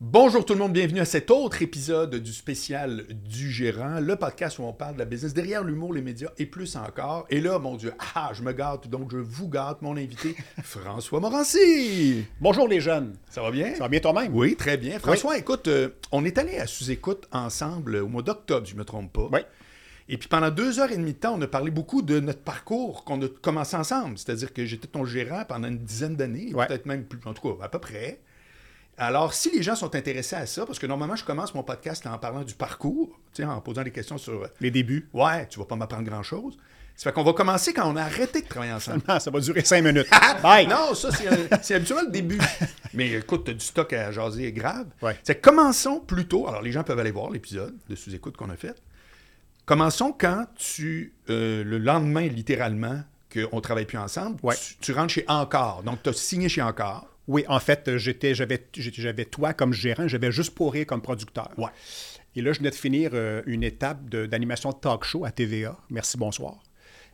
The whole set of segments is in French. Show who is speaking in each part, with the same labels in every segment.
Speaker 1: Bonjour tout le monde, bienvenue à cet autre épisode du spécial du gérant, le podcast où on parle de la business derrière l'humour, les médias et plus encore. Et là, mon Dieu, ah, je me gâte, donc je vous gâte, mon invité, François Morancy.
Speaker 2: Bonjour les jeunes.
Speaker 1: Ça va bien?
Speaker 2: Ça va bien toi-même?
Speaker 1: Oui, très bien. François, écoute, euh, on est allé à sous-écoute ensemble euh, au mois d'octobre, si je ne me trompe pas.
Speaker 2: Oui.
Speaker 1: Et puis pendant deux heures et demie de temps, on a parlé beaucoup de notre parcours qu'on a commencé ensemble. C'est-à-dire que j'étais ton gérant pendant une dizaine d'années,
Speaker 2: Ouais.
Speaker 1: peut-être même plus, en tout cas à peu près. Alors, si les gens sont intéressés à ça, parce que normalement, je commence mon podcast en parlant du parcours, tu sais, en posant des questions sur euh,
Speaker 2: Les débuts.
Speaker 1: Ouais, tu vas pas m'apprendre grand-chose. Ça fait qu'on va commencer quand on a arrêté de travailler ensemble.
Speaker 2: Ah, ça va durer cinq minutes. Bye.
Speaker 1: Non, ça, c'est un- c'est habituellement le début. Mais écoute, t'as du stock à jaser grave.
Speaker 2: Ouais.
Speaker 1: C'est que commençons plutôt. Alors, les gens peuvent aller voir l'épisode de sous-écoute qu'on a fait. Commençons quand tu, euh, le lendemain, littéralement, qu'on ne travaille plus ensemble,
Speaker 2: Ouais.
Speaker 1: tu, tu rentres chez Encore. Donc, tu as signé chez Encore.
Speaker 2: Oui, en fait, euh, j'étais, j'avais, j'étais- j'avais toi comme gérant, j'avais juste pour rire comme producteur.
Speaker 1: Ouais.
Speaker 2: Et là, je venais de finir euh, une étape de- d'animation de talk show à TVA. Merci, bonsoir.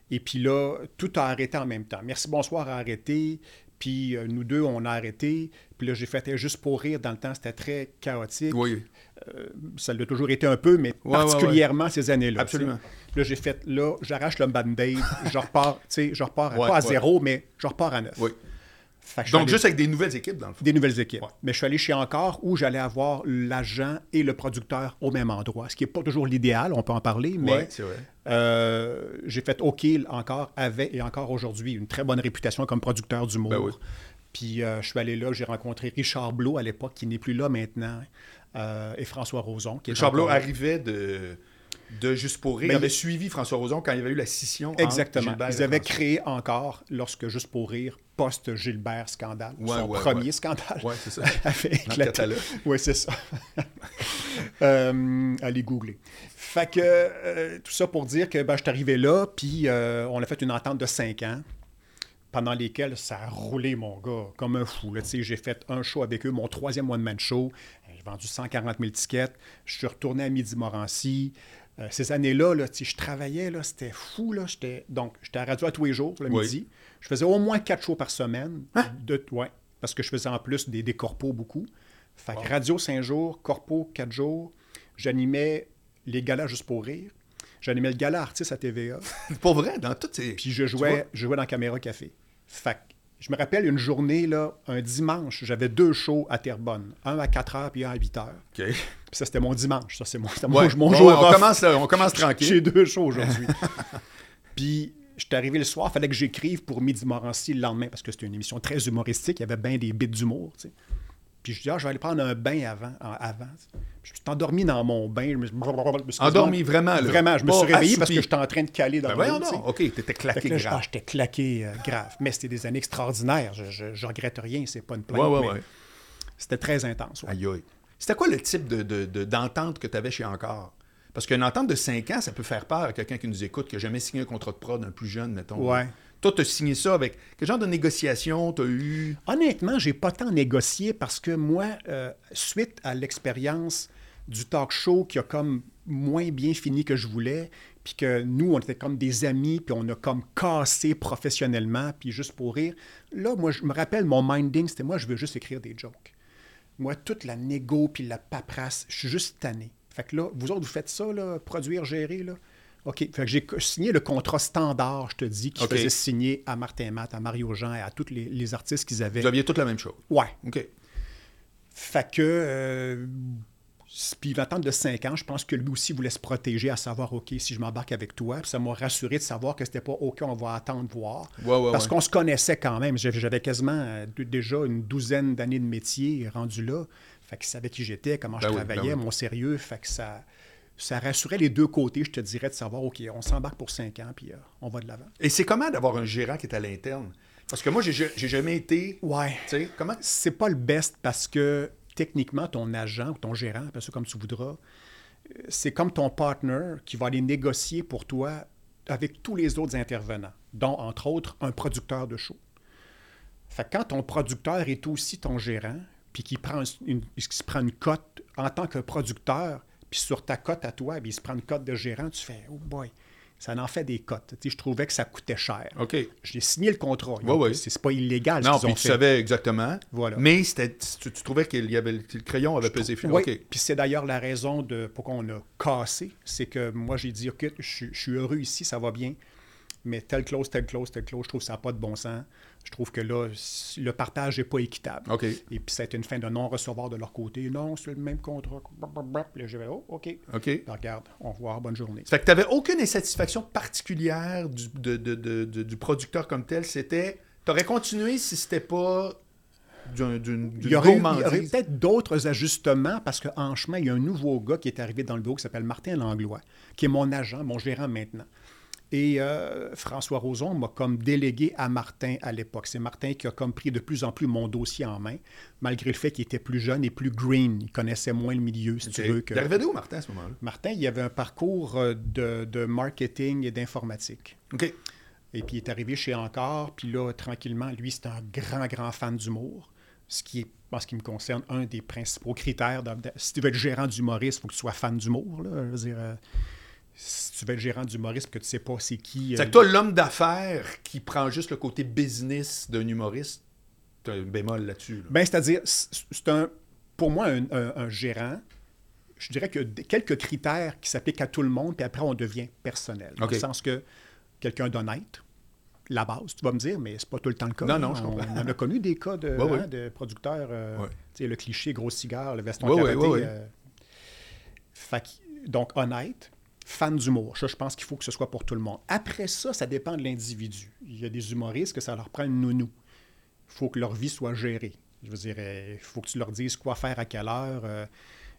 Speaker 2: Et puis là, tout a arrêté en même temps. Merci, bonsoir a arrêté. Puis euh, nous deux, on a arrêté. Puis là, j'ai fait eh, juste pour rire. Dans le temps, c'était très chaotique.
Speaker 1: Oui.
Speaker 2: Euh, ça l'a toujours été un peu, mais
Speaker 1: ouais,
Speaker 2: particulièrement ces années-là.
Speaker 1: Absolument.
Speaker 2: tu sais. Là, j'ai fait, là, j'arrache le band-aid, je repars, tu sais, je repars à-
Speaker 1: Ouais,
Speaker 2: pas à
Speaker 1: ouais.
Speaker 2: zéro, mais je repars à neuf.
Speaker 1: Oui.
Speaker 2: Fait que je suis
Speaker 1: Donc,
Speaker 2: allé-
Speaker 1: juste avec des nouvelles équipes, dans le fond.
Speaker 2: des nouvelles équipes.
Speaker 1: Ouais.
Speaker 2: Mais je suis allé chez Encore où j'allais avoir l'agent et le producteur au même endroit, ce qui n'est pas toujours l'idéal, on peut en parler, mais
Speaker 1: Ouais, c'est vrai.
Speaker 2: euh, j'ai fait OK Encore avait et encore aujourd'hui une très bonne réputation comme producteur d'humour.
Speaker 1: Ben oui.
Speaker 2: Puis euh, je suis allé là, j'ai rencontré Richard Blot à l'époque, qui n'est plus là maintenant, euh, et François Roson. Qui est
Speaker 1: Richard Blot
Speaker 2: encore là.
Speaker 1: arrivait de, de Juste pour rire.
Speaker 2: Mais
Speaker 1: il avait
Speaker 2: il-
Speaker 1: suivi François Roson quand il y avait eu la scission. entre
Speaker 2: Exactement.
Speaker 1: Gilbert
Speaker 2: Ils
Speaker 1: et
Speaker 2: avaient
Speaker 1: François.
Speaker 2: créé encore, lorsque Juste pour rire, post-Gilbert scandale,
Speaker 1: Ouais,
Speaker 2: son
Speaker 1: ouais,
Speaker 2: premier
Speaker 1: ouais.
Speaker 2: scandale.
Speaker 1: Ouais, c'est ça.
Speaker 2: avait
Speaker 1: Dans le
Speaker 2: éclaté.
Speaker 1: catalogue.
Speaker 2: Oui, c'est ça. Euh, allez googler. Fait que euh, tout ça pour dire que ben, je suis arrivé là, puis euh, on a fait une entente de cinq ans pendant lesquels ça a roulé, mon gars, comme un fou. là. Tu sais, J'ai fait un show avec eux, mon troisième one-man show. Euh, J'ai vendu 140 000 tickets. Je suis retourné à Midi-Morancy. Euh, ces années-là, là, tu sais, je travaillais, là, c'était fou. Là. J'étais- Donc, j'étais à la radio à tous les jours, le
Speaker 1: Oui.
Speaker 2: midi. Je faisais au moins quatre shows par semaine. De, ouais, parce que je faisais en plus des, des corpos beaucoup. Fait que radio cinq jours, corpo quatre jours. J'animais les galas juste pour rire. J'animais le gala artiste à TVA.
Speaker 1: Pour vrai, dans toutes ces.
Speaker 2: Puis je
Speaker 1: Tu vois?
Speaker 2: jouais, je jouais dans Caméra Café. Fait que je me rappelle une journée, là, un dimanche, j'avais deux shows à Terrebonne. Un à 4 h puis un à 8 h.
Speaker 1: OK.
Speaker 2: Puis ça, c'était mon dimanche. Ça, c'est mon, c'était mon-
Speaker 1: Ouais.
Speaker 2: mon
Speaker 1: Bon,
Speaker 2: jour.
Speaker 1: on,
Speaker 2: off.
Speaker 1: commence, là, on commence tranquille.
Speaker 2: J'ai deux shows aujourd'hui. puis je suis arrivé le soir, fallait que j'écrive pour Midi Morancy le lendemain parce que c'était une émission très humoristique. Il y avait bien des bits d'humour, tu sais. Puis je dis, ah, je vais aller prendre un bain avant. en- avant. Je me suis endormi dans mon bain. Je me suis...
Speaker 1: Endormi, vraiment, là.
Speaker 2: Vraiment, je me suis
Speaker 1: Pas
Speaker 2: réveillé parce
Speaker 1: assoupi.
Speaker 2: que j'étais en train de caler dans
Speaker 1: Ben
Speaker 2: le
Speaker 1: voyons
Speaker 2: lit, tu sais.
Speaker 1: donc. OK, t'étais
Speaker 2: Fait que
Speaker 1: claqué
Speaker 2: là, je- ah,
Speaker 1: grave.
Speaker 2: j'étais claqué euh, grave. Mais c'était des années extraordinaires. Je, je, je regrette rien, c'est pas une plainte.
Speaker 1: Ouais, ouais,
Speaker 2: mais
Speaker 1: ouais.
Speaker 2: C'était très intense. ouais.
Speaker 1: Aïe, aïe. C'était quoi le type de- de- de- d'entente que tu avais chez Encore? Parce qu'une entente de 5 ans, ça peut faire peur à quelqu'un qui nous écoute, qui n'a jamais signé un contrat de prod, un plus jeune, mettons.
Speaker 2: Ouais.
Speaker 1: Toi, tu as signé ça avec. Quel genre de négociation tu as eu?
Speaker 2: Honnêtement, j'ai pas tant négocié parce que moi, euh, suite à l'expérience du talk show qui a comme moins bien fini que je voulais, puis que nous, on était comme des amis, puis on a comme cassé professionnellement, puis juste pour rire. Là, moi, je me rappelle, mon minding, c'était moi, je veux juste écrire des jokes. Moi, toute la négo puis la paperasse, je suis juste tanné. Fait que là, vous autres, vous faites ça, là, produire, gérer, là. OK. Fait que j'ai co- signé le contrat standard, je te dis, qui
Speaker 1: OK.
Speaker 2: faisait signer à Martin Matt, à Mario Jean et à tous les, les artistes qu'ils avaient.
Speaker 1: Vous aviez toutes la même chose.
Speaker 2: Ouais.
Speaker 1: OK.
Speaker 2: Fait que. euh, s- puis l'attente de 5 ans, je pense que lui aussi voulait se protéger à savoir, OK, si je m'embarque avec toi, Puis ça m'a rassuré de savoir que c'était pas OK, on va attendre voir.
Speaker 1: Ouais, ouais,
Speaker 2: Parce
Speaker 1: ouais.
Speaker 2: qu'on se connaissait quand même. J'avais j'avais quasiment euh, d- déjà une douzaine d'années de métier rendu là. Fait qu'il savait qui j'étais, comment
Speaker 1: Ben
Speaker 2: je
Speaker 1: oui, ben
Speaker 2: travaillais,
Speaker 1: oui.
Speaker 2: mon sérieux. Fait que ça, ça rassurait les deux côtés, je te dirais, de savoir, OK, on s'embarque pour 5 ans, puis euh, on va de l'avant.
Speaker 1: Et c'est comment d'avoir un gérant qui est à l'interne? Parce que moi, j'ai j'ai jamais été.
Speaker 2: Ouais.
Speaker 1: Tu sais, comment?
Speaker 2: c'est pas le best parce que techniquement, ton agent ou ton gérant, appelle ça comme tu voudras, euh, c'est comme ton partner qui va aller négocier pour toi avec tous les autres intervenants, dont entre autres un producteur de show. Fait que quand ton producteur est aussi ton gérant, puis qu'il prend une, une- qu'il se prend une cote en tant que producteur, puis sur ta cote à toi, puis il se prend une cote de gérant, tu fais Oh boy, ça en fait des cotes. Tu sais, je trouvais que ça coûtait cher.
Speaker 1: OK.
Speaker 2: J'ai signé le contrat.
Speaker 1: Ouais, ouais.
Speaker 2: C'est c'est pas illégal ce
Speaker 1: Non,
Speaker 2: qu'ils ont
Speaker 1: puis tu
Speaker 2: fait.
Speaker 1: savais exactement.
Speaker 2: Voilà.
Speaker 1: Mais c'était- tu, tu trouvais qu'il y avait le le crayon avait pesé fort.
Speaker 2: Oui,
Speaker 1: OK.
Speaker 2: puis c'est d'ailleurs la raison de pourquoi on a cassé. C'est que moi, j'ai dit, OK, je, suis- je suis heureux ici, ça va bien, mais telle clause, telle clause, telle clause, je trouve que ça n'a pas de bon sens. Je trouve que là, c- le partage n'est pas équitable.
Speaker 1: OK.
Speaker 2: Et puis, ça a été une fin de non-recevoir de leur côté. Non, c'est le même contrat. Puis là, je vais, oh, OK.
Speaker 1: OK.
Speaker 2: Ben, regarde, au revoir, bonne journée.
Speaker 1: Ça fait que tu n'avais aucune insatisfaction particulière du, de- de- de- de- du producteur comme tel. C'était. Tu aurais continué si c'était pas d'un- d'une
Speaker 2: Il
Speaker 1: d'une
Speaker 2: y aurait, eu- il y
Speaker 1: gourmandise.
Speaker 2: aurait peut-être d'autres ajustements parce qu'en chemin, il y a un nouveau gars qui est arrivé dans le bureau qui s'appelle Martin Langlois, qui est mon agent, mon gérant maintenant. Et euh, François Roson m'a comme délégué à Martin à l'époque. C'est Martin qui a comme pris de plus en plus mon dossier en main, malgré le fait qu'il était plus jeune et plus green. Il connaissait moins le milieu, si tu veux.
Speaker 1: OK.
Speaker 2: Que...
Speaker 1: Il arrivait d'où, Martin, à ce moment-là?
Speaker 2: Martin, il avait un parcours euh, de- de marketing et d'informatique.
Speaker 1: OK.
Speaker 2: Et puis il est arrivé chez Encore, puis là, tranquillement, lui, c'est un grand, grand fan d'humour, ce qui est, en ce qui me concerne, un des principaux critères. dans- dans- si tu veux être gérant d'humoriste, il faut que tu sois fan d'humour. là. Je veux dire, euh, si tu veux être gérant d'humoriste, que tu sais pas c'est qui. euh,
Speaker 1: C'est que toi, l'homme d'affaires qui prend juste le côté business d'un humoriste, t'as un bémol là-dessus. là.
Speaker 2: Ben, c'est-à-dire, c'est c'est un, pour moi, un, un- un gérant, je dirais que d- quelques critères qui s'appliquent à tout le monde, puis après, on devient personnel. Dans
Speaker 1: OK.
Speaker 2: le sens que quelqu'un d'honnête, la base, tu vas me dire, mais c'est pas tout le temps le cas.
Speaker 1: Non,
Speaker 2: hein.
Speaker 1: non, je
Speaker 2: on,
Speaker 1: comprends.
Speaker 2: on a connu des cas de,
Speaker 1: Ouais, ouais.
Speaker 2: hein, de producteurs, euh,
Speaker 1: Ouais.
Speaker 2: tu sais, le cliché gros cigare, le veston
Speaker 1: Ouais, ouais,
Speaker 2: karaté.
Speaker 1: ouais, ouais.
Speaker 2: euh, fait que- donc, honnête, fan d'humour. Ça, je pense qu'il faut que ce soit pour tout le monde. Après ça, ça dépend de l'individu. Il y a des humoristes que ça leur prend une nounou. Il faut que leur vie soit gérée. Je veux dire, il faut que tu leur dises quoi faire à quelle heure. Euh,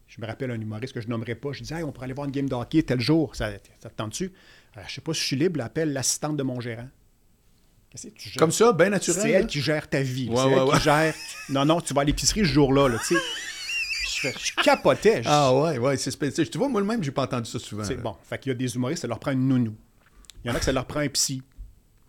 Speaker 2: je me rappelle un humoriste que je nommerai pas. Je disais, Hey, on pourrait aller voir une game de hockey tel jour. Ça, ça te tente-tu? Euh, je sais pas si je suis libre, appelle l'assistante de mon gérant. Qu'est-ce que tu gères?
Speaker 1: Comme ça, bien naturel.
Speaker 2: C'est
Speaker 1: là.
Speaker 2: elle qui gère ta vie. là.
Speaker 1: Ouais,
Speaker 2: c'est elle
Speaker 1: ouais, ouais.
Speaker 2: qui gère. Non, non, tu vas à l'épicerie ce jour-là. là, tu sais. je, fais- je capotais. Je-
Speaker 1: Ah ouais, ouais, c'est spécial. Tu vois, moi-même, j'ai pas entendu ça souvent.
Speaker 2: c'est
Speaker 1: là.
Speaker 2: bon. Fait qu'il y a des humoristes, ça leur prend une nounou. Il y en a que ça leur prend un psy.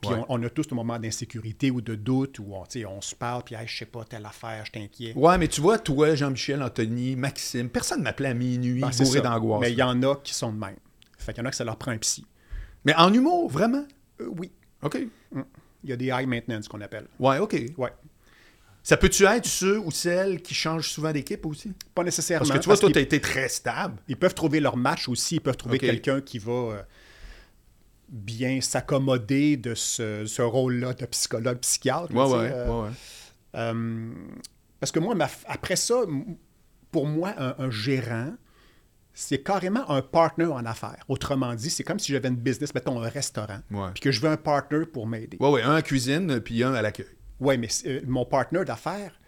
Speaker 2: Puis
Speaker 1: Ouais.
Speaker 2: on, on a tous le moment d'insécurité ou de doute où on, tu sais, on se parle, puis Hey, je sais pas, telle affaire, je t'inquiète.
Speaker 1: Ouais, mais tu vois, toi, Jean-Michel, Anthony, Maxime, personne ne m'appelait à minuit,
Speaker 2: Ben, c'est
Speaker 1: bourré
Speaker 2: ça.
Speaker 1: d'angoisse.
Speaker 2: Mais
Speaker 1: Mais,
Speaker 2: il y en a qui sont de même. Fait qu'il y en a que ça leur prend un psy.
Speaker 1: en humour, vraiment?
Speaker 2: Euh, oui.
Speaker 1: OK.
Speaker 2: Mm. Il y a des high maintenance qu'on appelle.
Speaker 1: Ouais, OK.
Speaker 2: Ouais.
Speaker 1: Ça peut-tu être ceux ou celles qui changent souvent d'équipe aussi?
Speaker 2: Pas nécessairement.
Speaker 1: Parce que tu vois, toi,
Speaker 2: qu'ils-
Speaker 1: t'as été très stable.
Speaker 2: Ils peuvent trouver leur match aussi, ils peuvent trouver
Speaker 1: Ok.
Speaker 2: quelqu'un qui va euh, bien s'accommoder de ce, ce rôle-là de psychologue, psychiatre.
Speaker 1: Ouais,
Speaker 2: tu sais,
Speaker 1: ouais,
Speaker 2: euh,
Speaker 1: ouais, ouais.
Speaker 2: euh, parce que moi, ma f- après ça, m- pour moi, un, un gérant, c'est carrément un partner en affaires. Autrement dit, c'est comme si j'avais une business, mettons un restaurant,
Speaker 1: Ouais.
Speaker 2: puis que je veux un partner pour m'aider.
Speaker 1: Ouais, ouais, un à cuisine, puis un à l'accueil.
Speaker 2: Oui, mais c'est- euh, mon partenaire d'affaires,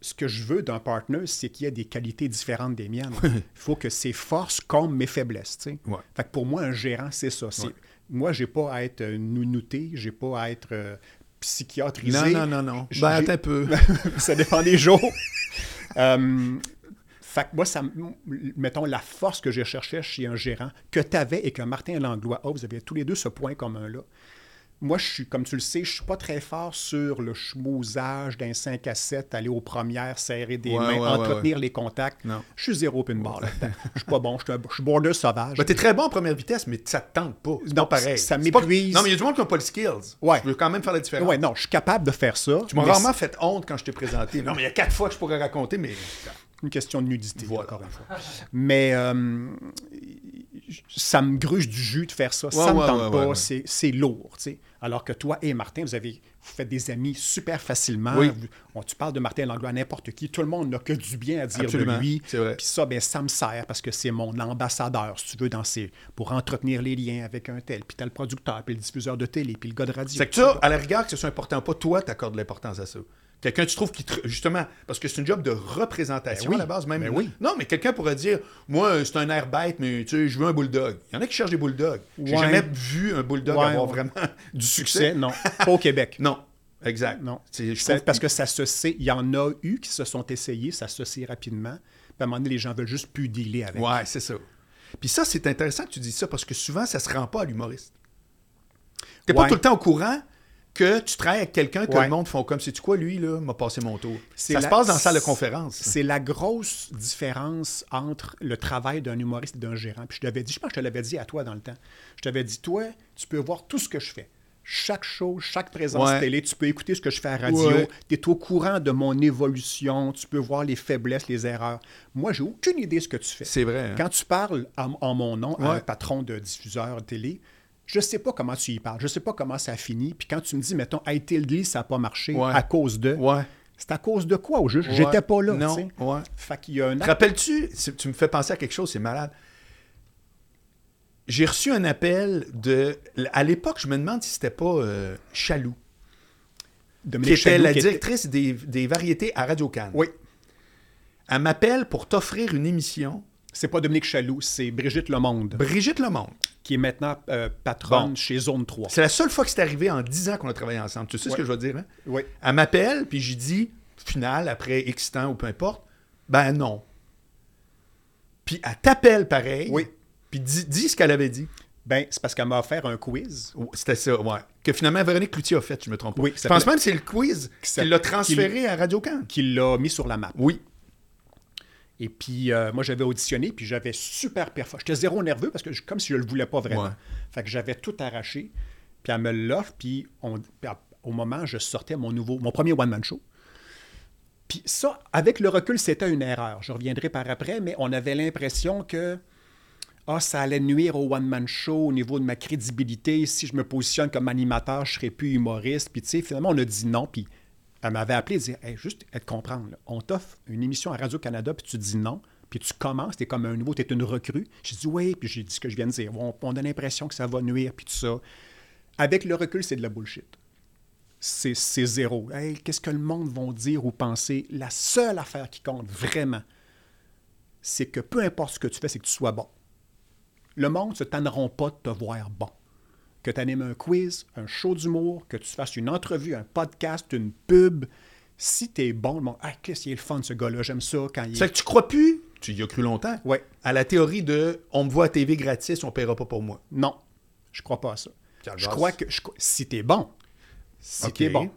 Speaker 2: ce que je veux d'un partenaire, c'est qu'il y ait des qualités différentes des miennes. Il faut que ses forces comblent mes faiblesses. tu sais.
Speaker 1: Ouais.
Speaker 2: Fait que pour moi, un gérant, c'est ça. c'est- Moi, j'ai pas à être euh, nounouté, j'ai pas à être euh,
Speaker 1: Non,
Speaker 2: psychiatrisé.
Speaker 1: non, non, non.
Speaker 2: J-
Speaker 1: Ben,
Speaker 2: j'ai-
Speaker 1: attends un peu.
Speaker 2: ça dépend des jours. Euh, fait que moi, ça, m- mettons, la force que je cherchais chez un gérant, que tu avais et que Martin Langlois a, vous avez tous les deux ce point commun-là. Moi, je suis, comme tu le sais, je suis pas très fort sur le schmousage d'un 5 à 7, aller aux premières, serrer des
Speaker 1: Ouais,
Speaker 2: mains,
Speaker 1: ouais, ouais,
Speaker 2: entretenir les contacts.
Speaker 1: Non.
Speaker 2: Je suis zéro pinball là-dedans. Je suis pas bon, je suis, un- je suis border sauvage.
Speaker 1: Ben, t'es très bon en première vitesse, mais ça te tente pas. C'est
Speaker 2: Non,
Speaker 1: pas pareil.
Speaker 2: ça
Speaker 1: C'est pas-
Speaker 2: m'épuise.
Speaker 1: Non, mais il y a du monde qui n'a pas le skills.
Speaker 2: Ouais.
Speaker 1: Je veux quand même faire la différence.
Speaker 2: ouais, non, je suis capable de faire ça.
Speaker 1: Tu m'as
Speaker 2: mais
Speaker 1: rarement fait honte quand je t'ai présenté. Non, mais il y a quatre fois que je pourrais raconter, mais.
Speaker 2: une question de nudité,
Speaker 1: Voilà.
Speaker 2: encore une fois. Mais euh, ça me gruge du jus de faire ça.
Speaker 1: Ouais,
Speaker 2: ça ne me
Speaker 1: ouais,
Speaker 2: tente
Speaker 1: ouais,
Speaker 2: pas.
Speaker 1: ouais, ouais.
Speaker 2: C'est, c'est lourd. tu sais. Alors que toi et Martin, vous, avez, vous faites des amis super facilement.
Speaker 1: Oui.
Speaker 2: Vous- on- tu parles de Martin Langlois à n'importe qui. Tout le monde n'a que du bien à dire
Speaker 1: Absolument,
Speaker 2: de lui.
Speaker 1: c'est vrai.
Speaker 2: Puis ça, ben, ça me sert parce que c'est mon ambassadeur, si tu veux, dans ses- pour entretenir les liens avec un tel, puis tel producteur, puis le diffuseur de télé, puis le gars de radio.
Speaker 1: C'est que ça, à la rigueur, que ce soit important ou pas, toi, t'accordes de l'importance à ça. Quelqu'un, tu trouves qui. te- Justement, parce que c'est une job de représentation
Speaker 2: Ben oui,
Speaker 1: à la base, même.
Speaker 2: ben oui.
Speaker 1: Non, mais quelqu'un pourrait dire Moi, euh, c'est un air bête, mais tu sais, je veux un bulldog. Il y en a qui cherchent des bulldogs. J'ai
Speaker 2: Ouais.
Speaker 1: jamais vu un bulldog
Speaker 2: Ouais,
Speaker 1: avoir
Speaker 2: ouais.
Speaker 1: vraiment du
Speaker 2: Succès,
Speaker 1: succès.
Speaker 2: non. Pas au Québec.
Speaker 1: Non, exact.
Speaker 2: Non.
Speaker 1: C'est- Je
Speaker 2: Ça-
Speaker 1: trouve
Speaker 2: parce que ça se sait, il y en a eu qui se sont essayés, ça se sait rapidement. Puis à un moment donné, les gens veulent juste plus dealer avec.
Speaker 1: Ouais, c'est ça. Puis ça, c'est intéressant que tu dis ça parce que souvent, ça se rend pas à l'humoriste. T'es pas
Speaker 2: Ouais.
Speaker 1: tout le temps au courant, que tu travailles avec quelqu'un que
Speaker 2: Ouais.
Speaker 1: le monde font comme c'est tu quoi lui là m'a passé mon tour.
Speaker 2: C'est
Speaker 1: Ça
Speaker 2: la-
Speaker 1: se passe dans la salle de conférence.
Speaker 2: C'est la grosse différence entre le travail d'un humoriste et d'un gérant. Puis je l'avais dit, je pense que je te l'avais dit à toi dans le temps. Je t'avais dit, toi, tu peux voir tout ce que je fais. Chaque show, chaque présence
Speaker 1: Ouais.
Speaker 2: télé, tu peux écouter ce que je fais à la radio.
Speaker 1: Ouais.
Speaker 2: Tu es au courant de mon évolution. Tu peux voir les faiblesses, les erreurs. Moi, j'ai aucune idée de ce que tu fais.
Speaker 1: C'est vrai. hein?
Speaker 2: Quand tu parles à- en mon nom à un
Speaker 1: Ouais.
Speaker 2: patron de diffuseur de télé, je sais pas comment tu y parles, je sais pas comment ça finit. Puis quand tu me dis, mettons, hey, Tilly, ça n'a pas marché
Speaker 1: Ouais.
Speaker 2: à cause de.
Speaker 1: Ouais.
Speaker 2: C'est à cause de quoi au juge?
Speaker 1: Ouais.
Speaker 2: J'étais pas là.
Speaker 1: Non,
Speaker 2: tu sais.
Speaker 1: ouais.
Speaker 2: Fait qu'il y a un
Speaker 1: Te
Speaker 2: acte-
Speaker 1: rappelles-tu, c'est- tu me fais penser à quelque chose, c'est malade. J'ai reçu un appel de. À l'époque, je me demande si c'était pas euh, Chaloux, qui
Speaker 2: Dominique
Speaker 1: était
Speaker 2: Chaloux
Speaker 1: la
Speaker 2: qui était-
Speaker 1: directrice des, des variétés à Radio-Can.
Speaker 2: Oui,
Speaker 1: Elle m'appelle pour t'offrir une émission.
Speaker 2: c'est pas Dominique Chaloux, c'est Brigitte Lemonde,
Speaker 1: Brigitte Lemonde.
Speaker 2: qui est maintenant euh, patronne
Speaker 1: Bon.
Speaker 2: chez Zone 3.
Speaker 1: C'est la seule fois que c'est arrivé en 10 ans qu'on a travaillé ensemble. Tu sais ce
Speaker 2: Ouais.
Speaker 1: que je veux dire, hein?
Speaker 2: Oui.
Speaker 1: Elle m'appelle, puis j'y dis, final, après X temps ou peu importe, ben non. Puis elle t'appelle pareil.
Speaker 2: Oui.
Speaker 1: Puis dis, dis ce qu'elle avait dit.
Speaker 2: Ben, c'est parce qu'elle m'a offert un quiz.
Speaker 1: Ouais, C'était ça, ouais. Que finalement, Véronique Cloutier a fait, je me trompe pas.
Speaker 2: Oui,
Speaker 1: je
Speaker 2: ça
Speaker 1: pense
Speaker 2: s'appelait-
Speaker 1: même que c'est le quiz qui
Speaker 2: s'appelait-
Speaker 1: l'a transféré à radio can
Speaker 2: qui l'a mis sur la map.
Speaker 1: Oui.
Speaker 2: Et puis, euh, moi, j'avais auditionné, puis j'avais super performé. J'étais zéro nerveux parce que, je- comme si je le voulais pas vraiment.
Speaker 1: Ouais.
Speaker 2: Fait que j'avais tout arraché, puis elle me l'offre, puis, on, puis à- au moment, je sortais mon nouveau, mon premier one-man show. Puis ça, avec le recul, c'était une erreur. Je reviendrai par après, mais on avait l'impression que ah, ça allait nuire au one-man show au niveau de ma crédibilité. Si je me positionne comme animateur, je ne serais plus humoriste. Puis, tu sais, finalement, on a dit non. Puis, elle m'avait appelé et dit Hey, juste à te comprendre, là, on t'offre une émission à Radio-Canada, puis tu dis non. Puis tu commences, t'es comme un nouveau, t'es une recrue. J'ai dit oui, puis j'ai dit ce que je viens de dire. On, on a l'impression que ça va nuire, puis tout ça. Avec le recul, c'est de la bullshit c'est c'est zéro. Hey, Qu'est-ce que le monde va dire ou penser? La seule affaire qui compte vraiment, c'est que peu importe ce que tu fais, c'est que tu sois bon. Le monde ne se tanneront pas de te voir bon. Que tu animes un quiz, un show d'humour, que tu fasses une entrevue, un podcast, une pub. Si tu es bon, le monde, ah, qu'est-ce qui est le fun, ce gars-là, j'aime ça quand il
Speaker 1: C'est que tu crois plus, tu y as cru longtemps,
Speaker 2: Ouais.
Speaker 1: à la théorie de on me voit à TV gratis, on paiera pas pour moi.
Speaker 2: Non, je crois pas à ça.
Speaker 1: Calvaire.
Speaker 2: Je crois que je cro- si tu es bon, si
Speaker 1: Ok.
Speaker 2: t'es bon,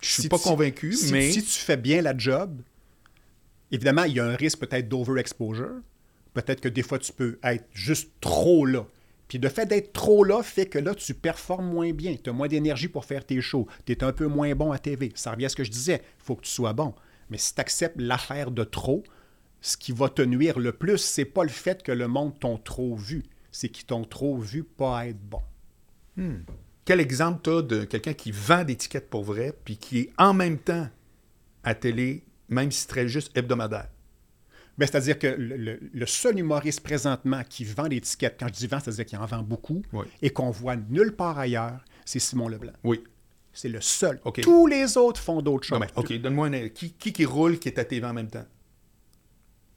Speaker 1: Je suis
Speaker 2: Si
Speaker 1: pas
Speaker 2: tu-
Speaker 1: convaincu,
Speaker 2: si-
Speaker 1: mais.
Speaker 2: Si tu fais bien la job, évidemment, il y a un risque peut-être d'overexposure. Peut-être que des fois, tu peux être juste trop là. Puis le fait d'être trop là fait que là, tu performes moins bien. Tu as moins d'énergie pour faire tes shows. Tu es un peu moins bon à TV. Ça revient à ce que je disais. Il faut que tu sois bon. Mais si tu acceptes l'affaire de trop, ce qui va te nuire le plus, c'est pas le fait que le monde t'ont trop vu. C'est qu'ils t'ont trop vu pas être bon.
Speaker 1: Quel exemple t'as de quelqu'un qui vend des tickets pour vrai, puis qui est en même temps à télé, même si c'est juste hebdomadaire?
Speaker 2: Ben, c'est-à-dire que le, le- le seul humoriste présentement qui vend des tickets, quand je dis vend, c'est-à-dire qu'il en vend beaucoup
Speaker 1: Oui.
Speaker 2: et qu'on voit nulle part ailleurs, c'est Simon Leblanc.
Speaker 1: Oui.
Speaker 2: C'est le seul.
Speaker 1: OK.
Speaker 2: Tous les autres font d'autres choses.
Speaker 1: Non, mais, OK, donne-moi un. Qui, qui qui roule qui est à TV en même temps?